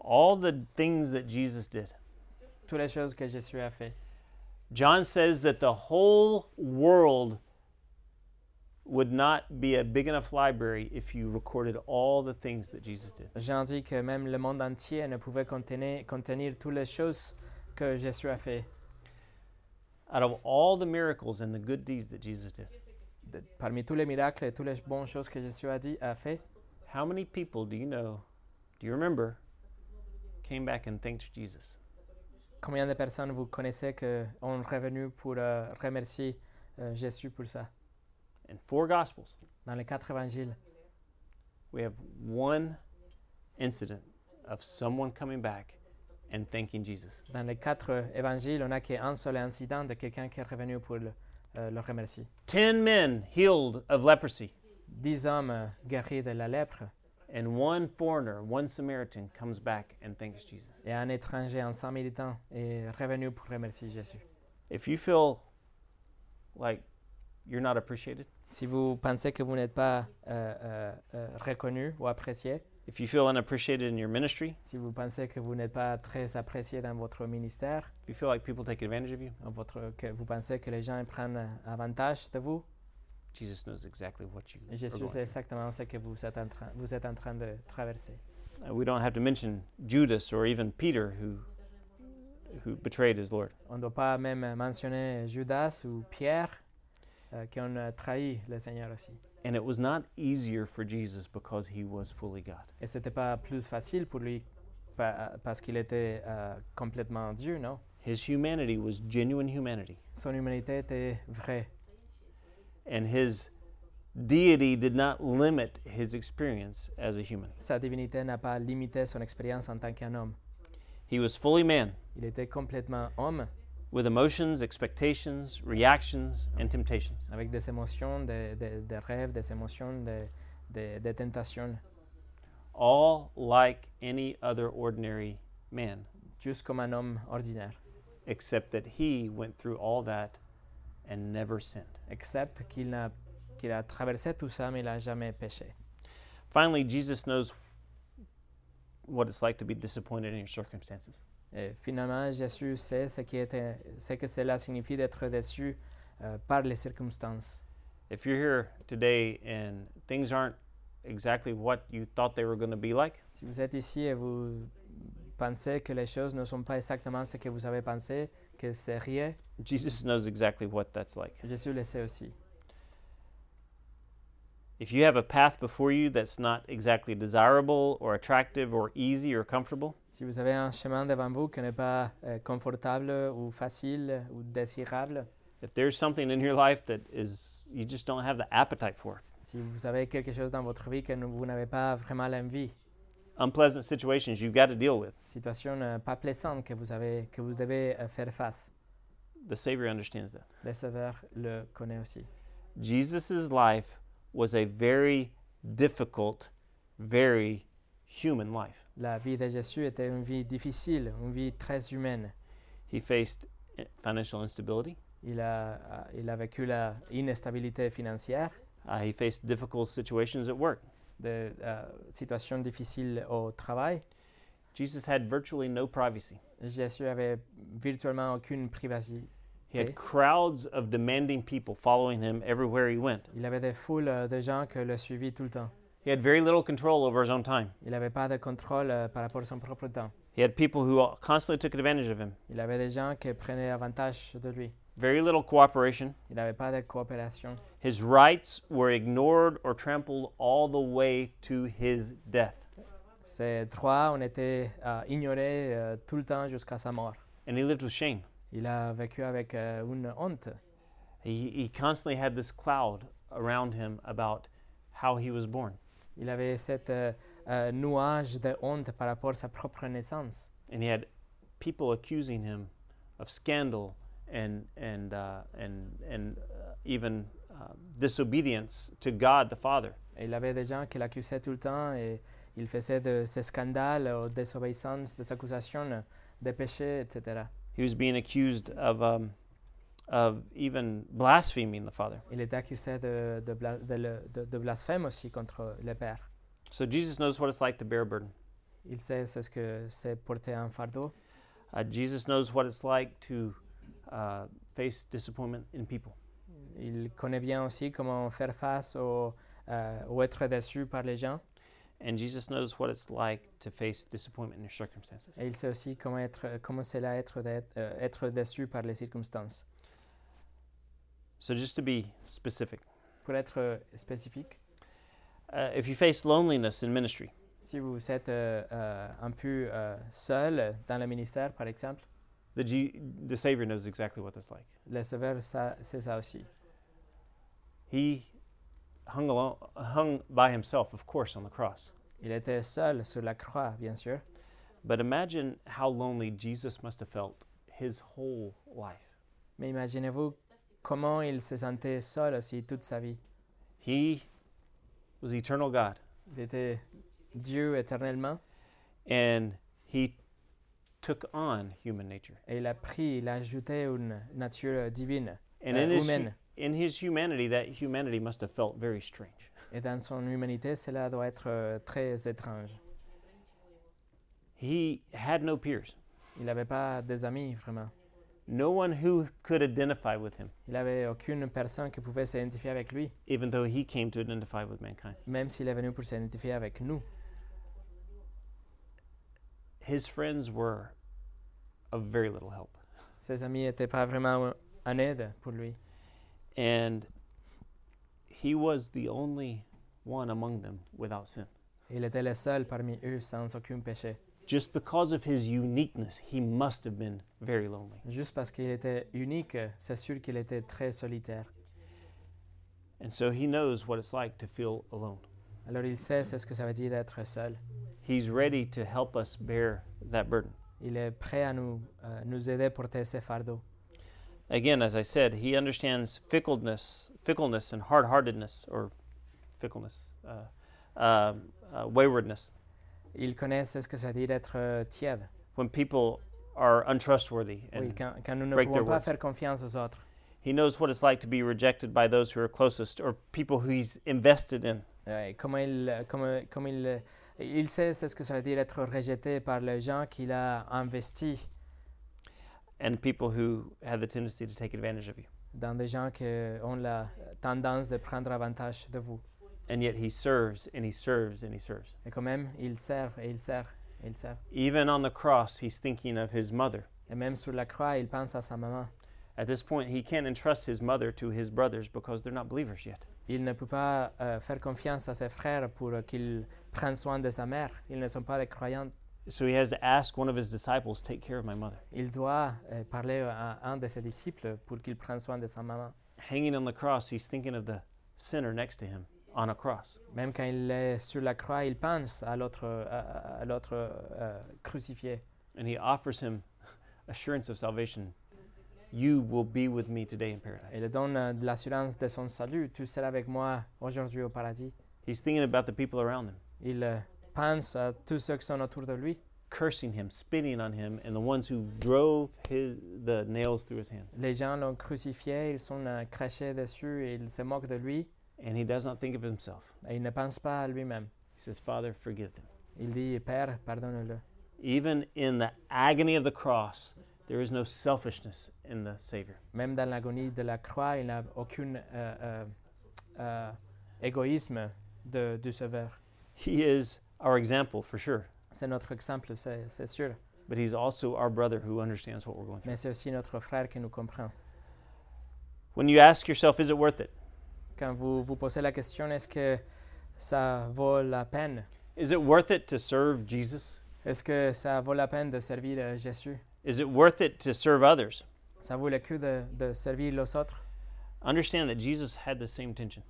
All the things that Jesus did.
Toutes les choses que Jésus a fait.
John says that the whole world would not be a big enough library if you recorded all the things that Jesus did.
Jean dit que même le monde entier ne pouvait contenir, contenir toutes les choses que Jésus a fait.
Out of all the miracles and the good deeds that Jesus did,
De- parmi tous les miracles et toutes les bonnes choses que Jésus a dit, a fait,
how many people do you know, do you remember, came back and thanked Jesus?
combien de personnes vous connaissez qui ont revenu pour euh, remercier euh, Jésus pour ça
In four Gospels,
Dans les quatre évangiles,
we have one incident of someone coming back and thanking Jesus.
dans les quatre évangiles, on n'a qu'un seul incident de quelqu'un qui est revenu pour le, euh, le remercier.
Ten men healed of leprosy,
Dix hommes euh, guéris de la lèpre
and one foreigner, one Samaritan, comes back and thanks Jesus.
et un étranger, un samaritain, est revenu pour remercier Jésus.
If you feel like you're not appreciated,
Si vous pensez que vous n'êtes pas euh, euh, euh, reconnu ou apprécié,
if you feel unappreciated in your ministry,
si vous pensez que vous n'êtes pas très apprécié dans votre ministère,
if you feel like people take advantage of you,
dans votre- que vous pensez que les gens prennent avantage de vous,
Jesus knows exactly what you are
Jésus
going
sait
through.
exactement ce que vous êtes en train, vous êtes en train de traverser.
Uh, We don't have to mention Judas or even Peter who who betrayed his Lord.
On ne doit pas même mentionner Judas ou Pierre euh, qui ont euh, trahi le Seigneur aussi.
And it was not easier for Jesus because he was fully God.
Et ce n'était pas plus facile pour lui pa- parce qu'il était euh, complètement Dieu, non?
His humanity was genuine humanity,
Son humanité était vraie.
and his deity did not limit his experience as a human.
Sa divinité n'a pas limité son expérience en tant qu'un homme.
He was fully man
Il était complètement homme,
with emotions, expectations, reactions, and temptations.
avec des émotions, des, des- des rêves, des émotions, des, des- des tentations,
all like any other ordinary man,
juste comme un homme ordinaire,
except that he went through all that and never sinned.
except qu'il n'a- qu'il a traversé tout ça, mais il n'a jamais péché.
Finally, Jesus knows what it's like to be disappointed in your circumstances.
Et finalement, Jésus sait ce, qui était, ce que cela signifie d'être déçu euh, par les circonstances.
If you're here today and things aren't exactly what you thought they were going to be like,
Si vous êtes ici et vous pensez que les choses ne sont pas exactement ce que vous avez pensé, que c'est rien,
Jesus knows exactly what that's like.
Jésus le sait aussi.
If you have a path before you that's not exactly desirable or attractive or easy or comfortable,
Si vous avez un chemin devant vous qui n'est pas euh, confortable ou facile ou désirable,
if there's something in your life that is you just don't have the appetite for,
si vous avez quelque chose dans votre vie que n- vous n'avez pas vraiment l'envie,
unpleasant situations you've got to deal with,
situation euh, pas plaisante que vous, avez, que vous devez euh, faire face,
the Savior understands that.
le Sauveur le connaît aussi.
Jesus' life was a very difficult, very human life.
La vie de Jésus était une vie difficile, une vie très humaine.
He faced eh, financial instability.
Il a, a- il a vécu la instabilité financière,
Uh, he faced difficult situations at work.
des euh, situations difficiles au travail.
Jesus had virtually no privacy.
Jésus avait virtuellement aucune privacité.
He had
Okay.
crowds of demanding people following him everywhere he went.
Il avait des foules euh, de gens qui le suivaient tout le temps.
He had very little control over his own time.
Il n'avait pas de contrôle euh, par rapport à son propre temps.
He had people who constantly took advantage of him.
Il avait des gens qui prenaient avantage de lui.
Very little cooperation.
Il n'avait pas de coopération.
His rights were ignored or trampled all the way to his death.
Ses droits ont été euh, ignorés euh, tout le temps jusqu'à sa mort.
And he lived with shame.
Il a vécu avec euh, une honte.
He, he constantly had this cloud around him about how he was born.
Il avait cette euh, euh, nuage de honte par rapport à sa propre naissance.
And he had people accusing him of scandal and, and, uh, and, and uh, even uh, disobedience to God the Father.
Et il avait des gens qui l'accusaient tout le temps et il faisait de ces scandales, aux désobéissances, des accusations, des péchés, etc.
He was being accused of, um, of even blaspheming the Father.
Il était accusé de, de bla- de le- de- de blasphème aussi contre le Père.
So Jesus knows what it's like to bear a burden.
Il sait ce que c'est porter un fardeau.
Uh, Jesus knows what it's like to uh, face disappointment in people.
Il connaît bien aussi comment faire face au, euh, ou être déçu par les gens.
And Jesus knows what it's like to face disappointment in your circumstances.
Et il sait aussi comment, être, comment cela être, d'être- euh, être déçu par les circonstances.
So, just to be specific,
Pour être euh, spécifique,
uh, if you face loneliness in ministry,
si vous êtes euh, euh, un peu euh, seul dans le ministère, par exemple,
the, G- the Savior knows exactly what that's like.
le Sauveur, ça- c'est ça aussi.
He hung, alone, hung by himself, of course, on the cross.
Il était seul sur la croix, bien sûr,
But imagine how lonely Jesus must have felt his whole life.
mais imaginez-vous comment il se sentait seul aussi toute sa vie.
He was eternal God,
Il était Dieu éternellement
and he took on human nature.
et il a pris, il a ajouté une nature divine
And
Uh,
in, his,
human.
in his humanity, that humanity must have felt very strange.
et dans son humanité, cela doit être euh, très étrange.
He had no peers,
Il n'avait pas des amis vraiment.
no one who could identify with him,
Il n'avait aucune personne qui pouvait s'identifier avec lui,
even though he came to identify with mankind.
même s'il est venu pour s'identifier avec nous.
His friends were of very little help.
Ses amis n'étaient pas vraiment euh, en aide pour lui.
And he was the only one among them without sin.
Il était le seul parmi eux sans aucun péché.
Just because of his uniqueness, he must have been very lonely.
Juste parce qu'il était unique, c'est sûr qu'il était très solitaire.
And so he knows what it's like to feel alone.
Alors il sait ce que ça veut dire d'être seul.
He's ready to help us bear that burden.
Il est prêt à nous, euh, nous aider à porter ses fardeaux.
Again, as I said, he understands fickleness, fickleness and hard-heartedness, or fickleness, uh, um, uh, waywardness.
Il connaît ce que ça veut dire d'être euh, tiède.
When people are untrustworthy, and
Oui, quand, quand nous ne
break their
pouvons pas
words.
faire confiance aux autres.
he knows what it's like to be rejected by those who are closest, or people who he's invested in.
Ouais, comment il, euh, comme, euh, comme il, euh, il sait c'est ce que ça veut dire être rejeté par les gens qu'il a investi
and people who have the tendency to take advantage of you.
dans des gens qui ont la tendance de prendre avantage de vous.
And yet he serves and he serves and he serves.
Et quand même, il sert et il sert et il sert.
Even on the cross, he's thinking of his mother.
Et même sur la croix, il pense à sa maman.
At this point, he can't entrust his mother to his brothers because they're not believers yet.
Il ne peut pas euh, faire confiance à ses frères pour euh, qu'ils prennent soin de sa mère. Ils ne sont pas des croyants.
So he has to ask one of his disciples, Take care of my mother.
Il doit euh, parler à un de ses disciples pour qu'il prenne soin de sa maman.
Hanging on the cross, he's thinking of the sinner next to him on a cross.
Même quand il est sur la croix, il pense à l'autre à- à l'autre, euh, crucifié.
And he offers him assurance of salvation. You will be with me today in paradise.
Il donne euh, de l'assurance de son salut. Tu seras avec moi aujourd'hui au paradis.
He's thinking about the people around him,
Il euh, pense à tous ceux qui sont autour de lui,
cursing him, spitting on him, and the ones who drove his, the nails through his hands.
Les gens l'ont crucifié, ils sont euh, crachés dessus, et ils se moquent de lui
and he does not think of himself.
et il ne pense pas à lui-même.
He says, Father, forgive them.
Il dit, Père, pardonne-le.
Even in the agony of the cross, there is no selfishness in the Savior.
Même dans l'agonie de la croix, il n'a aucun euh, euh, euh, égoïsme de- du Sauveur.
He is our example for sure,
C'est notre exemple, c'est c'est sûr.
but he's also our brother who understands what we're going through.
Mais c'est aussi notre frère qui nous comprend.
When you ask yourself, is it worth it?
Quand vous vous posez la question, est-ce que ça vaut la peine?
Is it worth it to serve Jesus?
Est-ce que ça vaut la peine de servir euh, Jésus?
Is it worth it to serve others?
Ça vaut le coup de, de servir les autres?
Understand that Jesus had the same tension.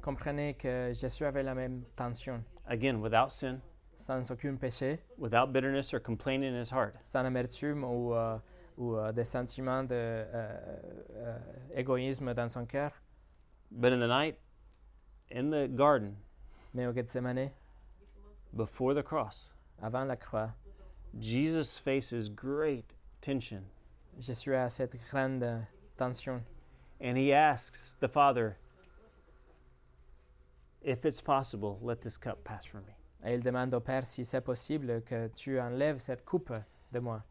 Comprenez que Jésus avait la même tension,
Again, without sin,
sans aucun péché,
without bitterness or complaining in his heart.
sans amertume ou, euh, ou, euh, des sentiments d'égoïsme dans son cœur.
But in the night, in the garden,
Mais au Gethsemane,
before the cross.
avant la croix,
Jesus faces great tension
Jésus a cette grande tension.
and he asks the Father, If it's possible, let this cup pass from me.
Et il demande au Père si c'est possible que tu enlèves cette coupe de moi.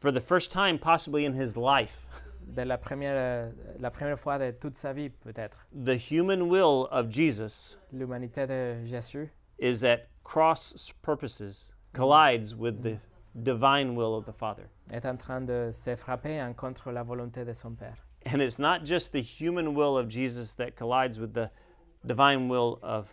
For the first time, possibly in his life,
De la première, euh, la première fois de toute sa vie, peut-être.
the human will of Jesus
L'humanité de Jésus
is at cross purposes, collides with the divine will of the Father.
est en train de se frapper en contre la volonté de son Père.
And it's not just the human will of Jesus that collides with the divine will of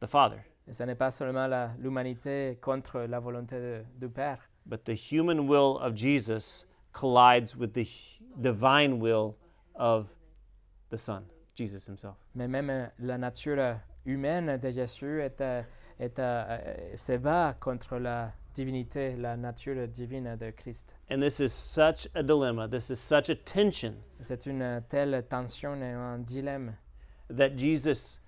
the Father,
Et ce n'est pas seulement la- l'humanité contre la volonté de- du Père,
but the human will of Jesus collides with the hu- divine will of the Son, Jesus Himself.
mais même euh, la nature humaine de Jésus est, euh, est, euh, euh, se bat contre la divinité, la nature divine de Christ.
And this is such a dilemma, this is such a tension
C'est une euh, telle tension et un dilemme
that Jesus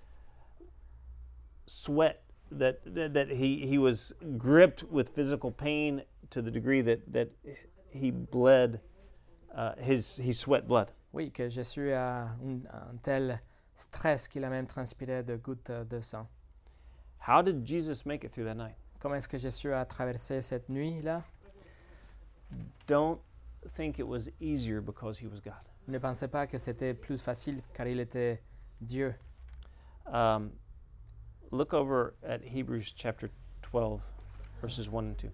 sweat that that, that he, he was gripped with physical pain to the degree that that he bled uh, his he sweat blood
Oui, que Jésus a un, un tel stress qu'il a même transpiré de gouttes de sang.
how did jesus make it through that night
Comment est-ce que Jésus a traversé cette nuit-là
don't think it was easier because he was god
Ne pensez pas que c'était plus facile car il était Dieu.
um, look over at hebrews chapter 12 verses 1 and 2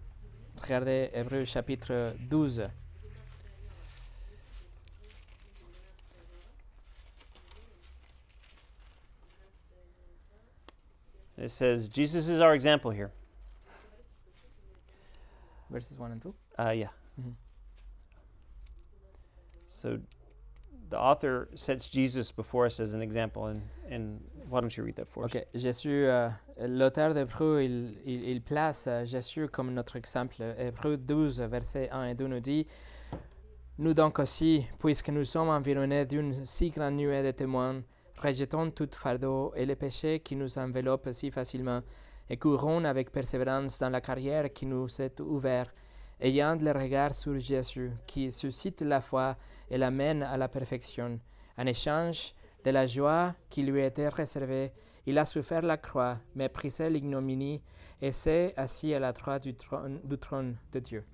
Regardez Hébreux chapitre 12.
it says jesus is our example here
Verses 1 and 2.
Uh, yeah.
Mhm.
So the author sets Jesus before us as an example, and, and why don't you read that for us?
Ok, Jésus, euh, l'auteur d'Hébreux, il, il- il place euh, Jésus comme notre exemple. Hébreux 12, verset 1 et 2 nous dit Nous donc aussi, puisque nous sommes environnés d'une si grande nuée de témoins, rejetons tout fardeau et les péchés qui nous enveloppent si facilement, et courons avec persévérance dans la carrière qui nous est ouverte, ayant le regard sur Jésus, qui suscite la foi et l'amène à la perfection. En échange de la joie qui lui était réservée, il a souffert la croix, méprisé l'ignominie et s'est assis à la droite du trône, du trône de Dieu.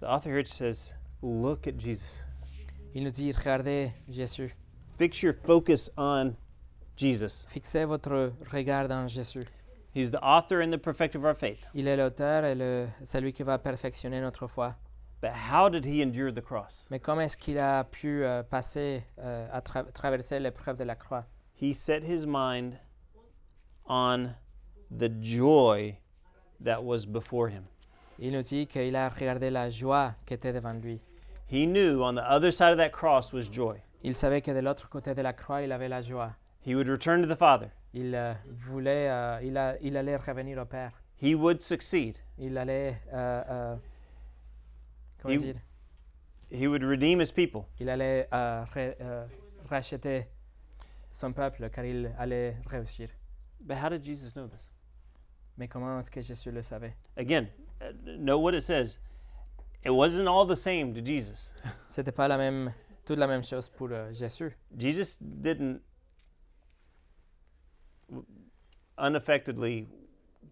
The author here says, Look at Jesus.
Il nous dit, regardez Jésus,
Fix your focus on Jesus.
fixez votre regard dans Jésus.
He's the author and the perfecter of our faith.
Il est l'auteur et le- celui qui va perfectionner notre foi.
But how did he endure the cross?
Mais comment est-ce qu'il a pu euh, passer, euh, à tra- traverser l'épreuve de la croix
He set his mind on the joy that was before him.
Il nous dit qu'il a regardé la joie qui était devant lui.
He knew on the other side of that cross was joy.
Il savait que de l'autre côté de la croix, il avait la joie.
He would return to the Father,
Il euh, voulait, euh, il, a- il allait revenir au Père.
he would succeed.
Il allait, euh, euh, comment
Il-
dire,
He would redeem his people.
il allait euh, ra- euh, racheter son peuple car il allait réussir.
But how did Jesus know this?
Mais comment est-ce que Jésus le savait
Again, uh, know what it says. It wasn't all the same to Jesus.
C'était pas la même, toute la même chose pour euh, Jésus.
Jesus didn't w- unaffectedly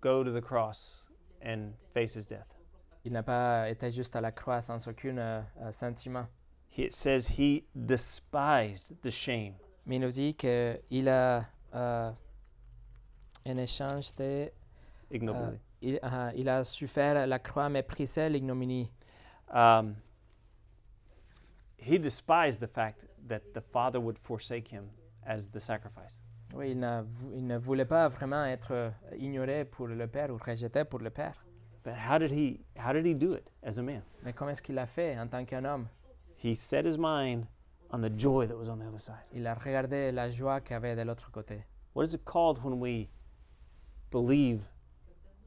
go to the cross and face his death.
Il n'a pas été juste à la croix sans aucun euh, euh, sentiment.
He- It says he despised the shame.
Mais il nous dit qu'il a euh, un échange de...
Ignobly.
Il, ah, il a souffert la croix, méprisé l'ignominie.
Um, he despised the fact that the Father would forsake him as the sacrifice.
Oui, il, n'a vou- il ne voulait pas vraiment être euh, ignoré pour le Père ou rejeté pour le Père.
But how did he how did he do it as a man?
Mais comment est-ce qu'il a fait en tant qu'un homme
He set his mind on the joy that was on the other side.
Il a regardé la joie qu'il y avait de l'autre côté.
What is it called when we believe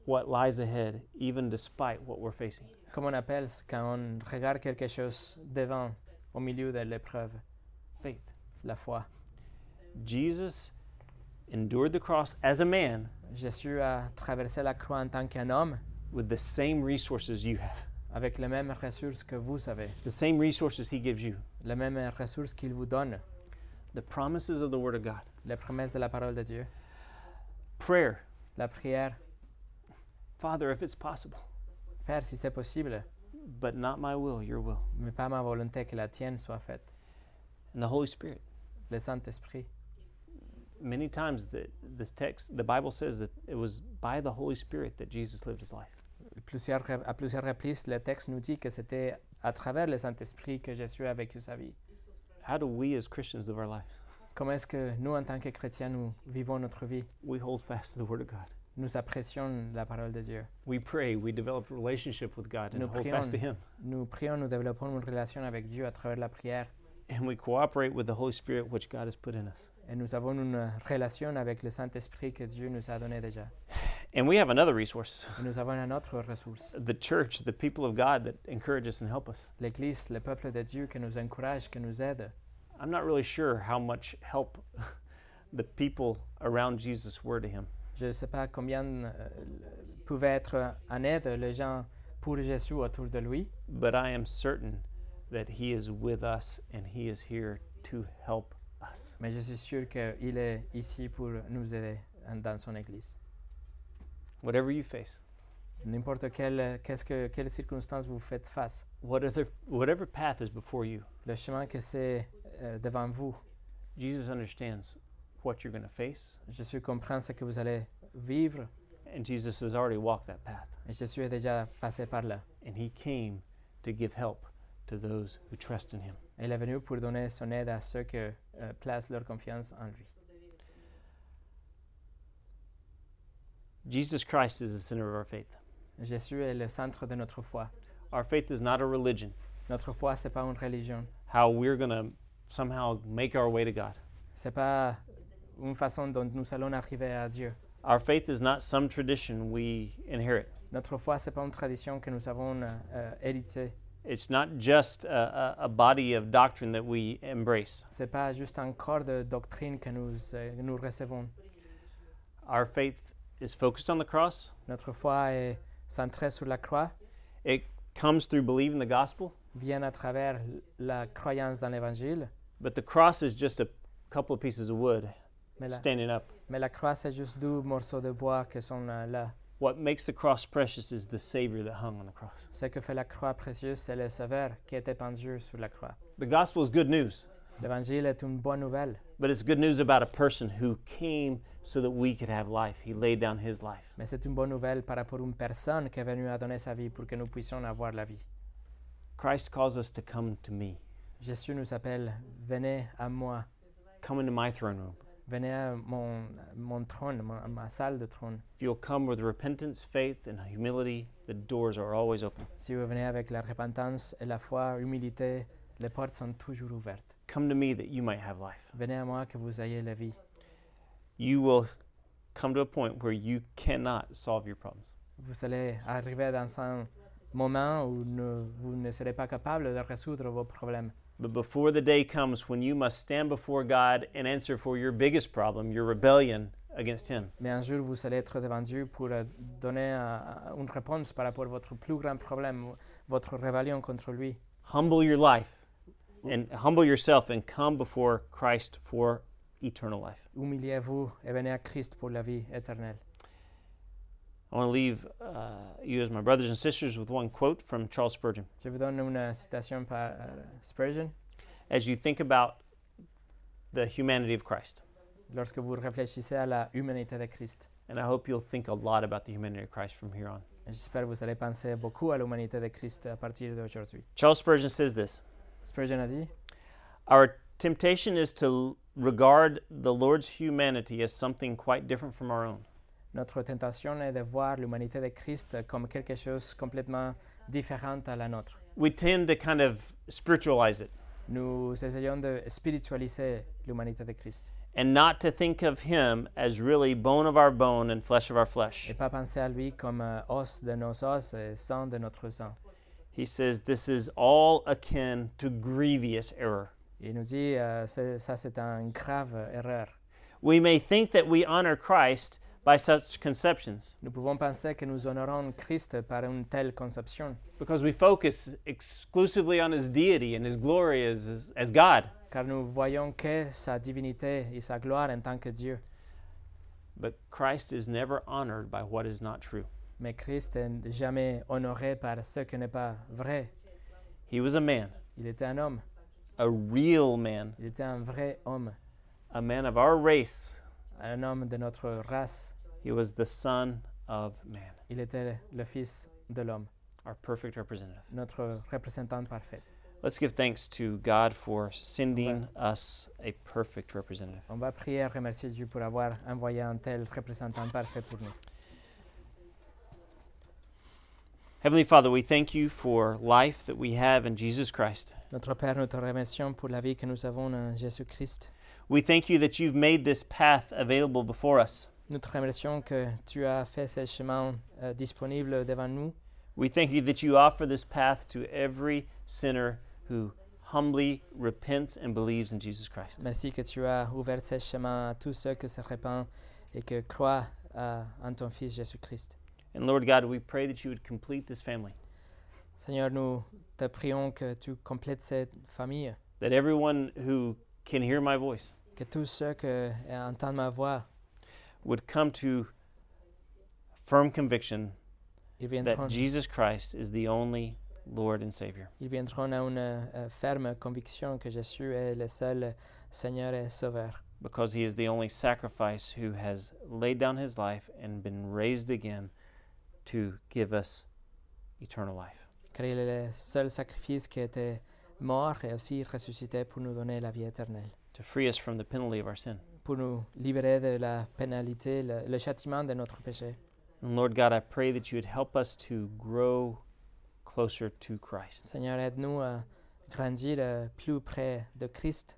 what lies ahead even despite what we're facing?
Comment on appelle ce- quand on regarde quelque chose devant, au milieu de l'épreuve
Faith.
La foi.
Jesus endured the cross as a man
Jésus a traversé la croix en tant qu'un homme
with the same resources you have,
avec les mêmes ressources que vous avez,
the same resources he gives you,
les mêmes ressources qu'il vous donne,
the promises of the Word of God.
les promesses de la parole de Dieu,
Prayer.
la prière.
Father, if it's possible,
Père, si c'est possible,
but not my will, your will.
mais pas ma volonté que la tienne soit faite.
And the Holy Spirit.
Le Saint-Esprit.
Many times the, this text, the Bible says that it was by the Holy Spirit that Jesus lived his life.
Plusieurs re- à plusieurs reprises, le texte nous dit que c'était à travers le Saint-Esprit que Jésus a vécu sa vie.
How do we as Christians live our lives?
Comment est-ce que nous, en tant que chrétiens, nous vivons notre vie
We hold fast to the Word of God.
Nous apprécions la parole de Dieu.
We pray, we develop a relationship with God and
Nous
hold fast to
prions.
Him.
Nous prions, nous développons une relation avec Dieu à travers la prière.
And we cooperate with the Holy Spirit, which God has put in us.
Et nous avons une euh, relation avec le Saint-Esprit que Dieu nous a donné déjà.
And we have another resource
Et nous avons une autre ressource,
the church, the people of God that encourage us and help us.
l'Église, le peuple de Dieu qui nous encourage, qui nous aide.
I'm not really sure how much help the people around Jesus were to him.
Je ne sais pas combien euh, le- pouvaient être en aide les gens pour Jésus autour de lui,
but I am certain that He is with us and He is here to help us.
mais je suis sûr qu'il est ici pour nous aider en- dans son Église.
Whatever you face,
N'importe quelle, euh, qu'est-ce que, quelle circonstance vous faites face,
whatever, whatever path is before you,
le chemin que c'est euh, devant vous,
Jesus understands what you're going to face,
Jésus comprend ce que vous allez vivre
and Jesus has already walked that path.
et Jésus est déjà passé par là.
And He came to give help to those who trust in Him.
Il est venu pour donner son aide à ceux qui euh, placent leur confiance en lui.
Jesus Christ is the center of our faith.
Jésus est le centre de notre foi.
Our faith is not a religion,
Notre foi, c'est pas une religion.
how we're going to somehow make our way to God.
C'est pas une façon dont nous allons arriver à Dieu.
Our faith is not some tradition we inherit.
Notre foi, c'est pas une tradition que nous avons euh, euh, héritée.
It's not just a, a, a body of doctrine that we embrace.
C'est pas juste un corps de doctrine que nous, euh, nous recevons.
Our faith is focused on the cross.
Notre foi est centrée sur la croix,
It comes through believing the gospel,
vient à travers la croyance dans l'Évangile.
but the cross is just a couple of pieces of wood
Mais la,
standing up.
mais la croix, c'est juste deux morceaux de bois qui sont euh, là.
What makes the cross precious is the Savior that hung on the cross.
Ce que fait la croix précieuse, c'est le Sauveur qui était pendu sur la croix.
The gospel is good news,
L'Évangile est une bonne nouvelle,
but it's good news about a person who came so that we could have life. He laid down his life.
mais c'est une bonne nouvelle par rapport à une personne qui est venue à donner sa vie pour que nous puissions avoir la vie.
Christ calls us to come to me,
Jésus nous appelle, venez à moi,
come into my throne room.
venez à mon, mon trône, mon- à ma salle de trône.
If you'll come with repentance, faith, and humility, the doors are always open.
Si vous venez avec la repentance et la foi, humilité, les portes sont toujours ouvertes.
Come to me that you might have life.
Venez à moi que vous ayez la vie.
You will come to a point where you cannot solve your problems.
Vous allez arriver dans un moment où ne- vous ne serez pas capable de résoudre vos problèmes.
But before the day comes when you must stand before God and answer for your biggest problem, your rebellion against Him,
Mais un jour, vous allez être devant Dieu pour euh, donner euh, une réponse par rapport à votre plus grand problème, votre rébellion contre lui.
humble your life and humble yourself and come before Christ for eternal life.
Humiliez-vous et venez à Christ pour la vie éternelle.
I want to leave uh, you, as my brothers and sisters, with one quote from Charles Spurgeon.
Je vous donne une euh, citation par euh, Spurgeon.
As you think about the humanity of Christ,
Lorsque vous réfléchissez à la humanité de Christ,
and I hope you'll think a lot about the humanity of Christ from here on.
Et j'espère que vous allez penser beaucoup à l'humanité de Christ à partir d'aujourd'hui.
Charles Spurgeon says this
Spurgeon a dit
Our temptation is to l- regard the Lord's humanity as something quite different from our own.
Notre tentation est de voir l'humanité de Christ comme quelque chose complètement différent à la nôtre.
We tend to kind of spiritualize it
Nous essayons de spiritualiser l'humanité de Christ.
and not to think of him as really bone of our bone and flesh of our flesh.
et pas penser à lui comme euh, os de nos os et sang de notre sang.
He says this is all akin to grievous error.
Il nous dit, euh, c'est- ça c'est une grave erreur.
we may think that we honor Christ by such conceptions
Nous pouvons penser que nous honorons Christ par une telle conception,
because we focus exclusively on his deity and his glory as, as, as God.
car nous voyons que sa divinité et sa gloire en tant que Dieu.
But Christ is never honored by what is not true.
Mais Christ n'est jamais honoré par ce qui n'est pas vrai.
He was a man,
Il était un homme,
a real man,
il était un vrai homme,
a man of our race.
un homme de notre race.
He was the Son of Man,
Il était le Fils de l'homme,
our perfect representative.
notre représentant parfait.
Let's give thanks to God for sending us a perfect representative.
On va prier et remercier Dieu pour avoir envoyé un tel représentant parfait pour nous.
Heavenly Father, we thank you for life that we have in Jesus Christ.
Notre Père, nous te remercions pour la vie que nous avons en Jésus-Christ.
We thank you that you've made this path available before us.
Nous te remercions que tu as fait ce chemin euh, disponible devant nous.
We thank you that you offer this path to every sinner who humbly repents and believes in Jesus Christ.
Merci que tu as ouvert ce chemin à tous ceux qui se répandent et qui croient euh, en ton Fils Jésus-Christ.
And Lord God, we pray that you would complete this family,
Seigneur, nous te prions que tu complètes cette famille,
that everyone who can hear my voice
que tous ceux qui euh, entendent ma voix,
would come to firm conviction
ils
that
viendront,
Jesus Christ is the only Lord and Savior.
ils viendront à une euh, ferme conviction que Jésus est le seul Seigneur et Sauveur.
because he is the only sacrifice who has laid down his life and been raised again to give us eternal life.
car il est le seul sacrifice qui était mort et aussi ressuscité pour nous donner la vie éternelle,
To free us from the penalty of our sin.
pour nous libérer de la pénalité, le, le châtiment de notre péché.
And Lord God, I pray that you would help us to grow closer to Christ,
Seigneur, aide-nous à grandir euh, plus près de Christ,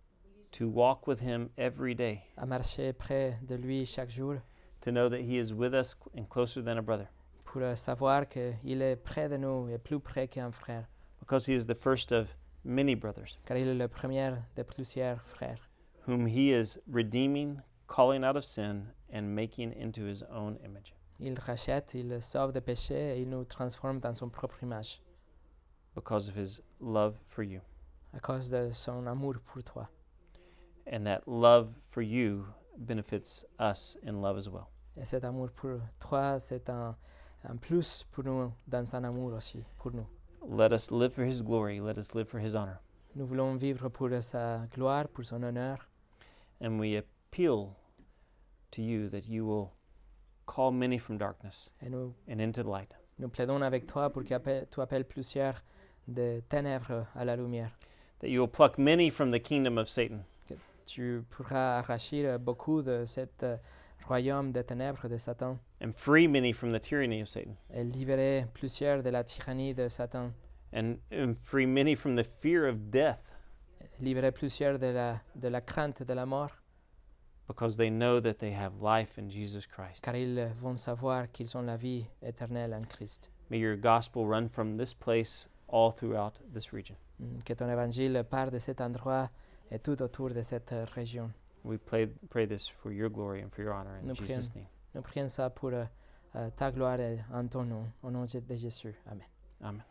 to walk with him every day,
à marcher près de lui chaque jour,
to know that he is with us cl- and closer than a brother,
pour euh, savoir qu'il est près de nous et plus près qu'un frère,
because he is the first of many brothers,
car il est le premier de plusieurs frères,
whom he is redeeming, calling out of sin, and making into his own image.
Il rachète, il sauve des péchés et il nous transforme dans son propre image,
Because of his love for you.
à cause de son amour pour toi.
and that love for you benefits us in love as well.
Et cet amour pour toi, c'est un, un plus pour nous, dans son amour aussi, pour nous.
Let us live for his glory, let us live for his honor.
Nous voulons vivre pour sa gloire, pour son honneur.
And we appeal to you that you will call many from darkness
Et nous,
and into the light.
nous plaidons avec toi pour que appelle- tu appelles plusieurs de ténèbres à la lumière.
That you will pluck many from the kingdom of Satan
Tu pourras arracher euh, beaucoup de cet euh, royaume de ténèbres de Satan
and free many from the tyranny of Satan
et libérer plusieurs de la tyrannie de Satan,
and, and free many from the fear of death
libérer plusieurs de la, de la crainte de la mort,
because they know that they have life in Jesus Christ.
car ils vont savoir qu'ils ont la vie éternelle en Christ.
May your gospel run from this place all throughout this region.
Mm, que ton évangile part de cet endroit et tout autour de cette euh, région.
We pray, pray this for your glory and for your honor in
Nous
Jesus'
prions.
name.
Nous prions ça pour euh, euh, ta gloire et en ton nom, au nom de Jésus. Amen.
Amen.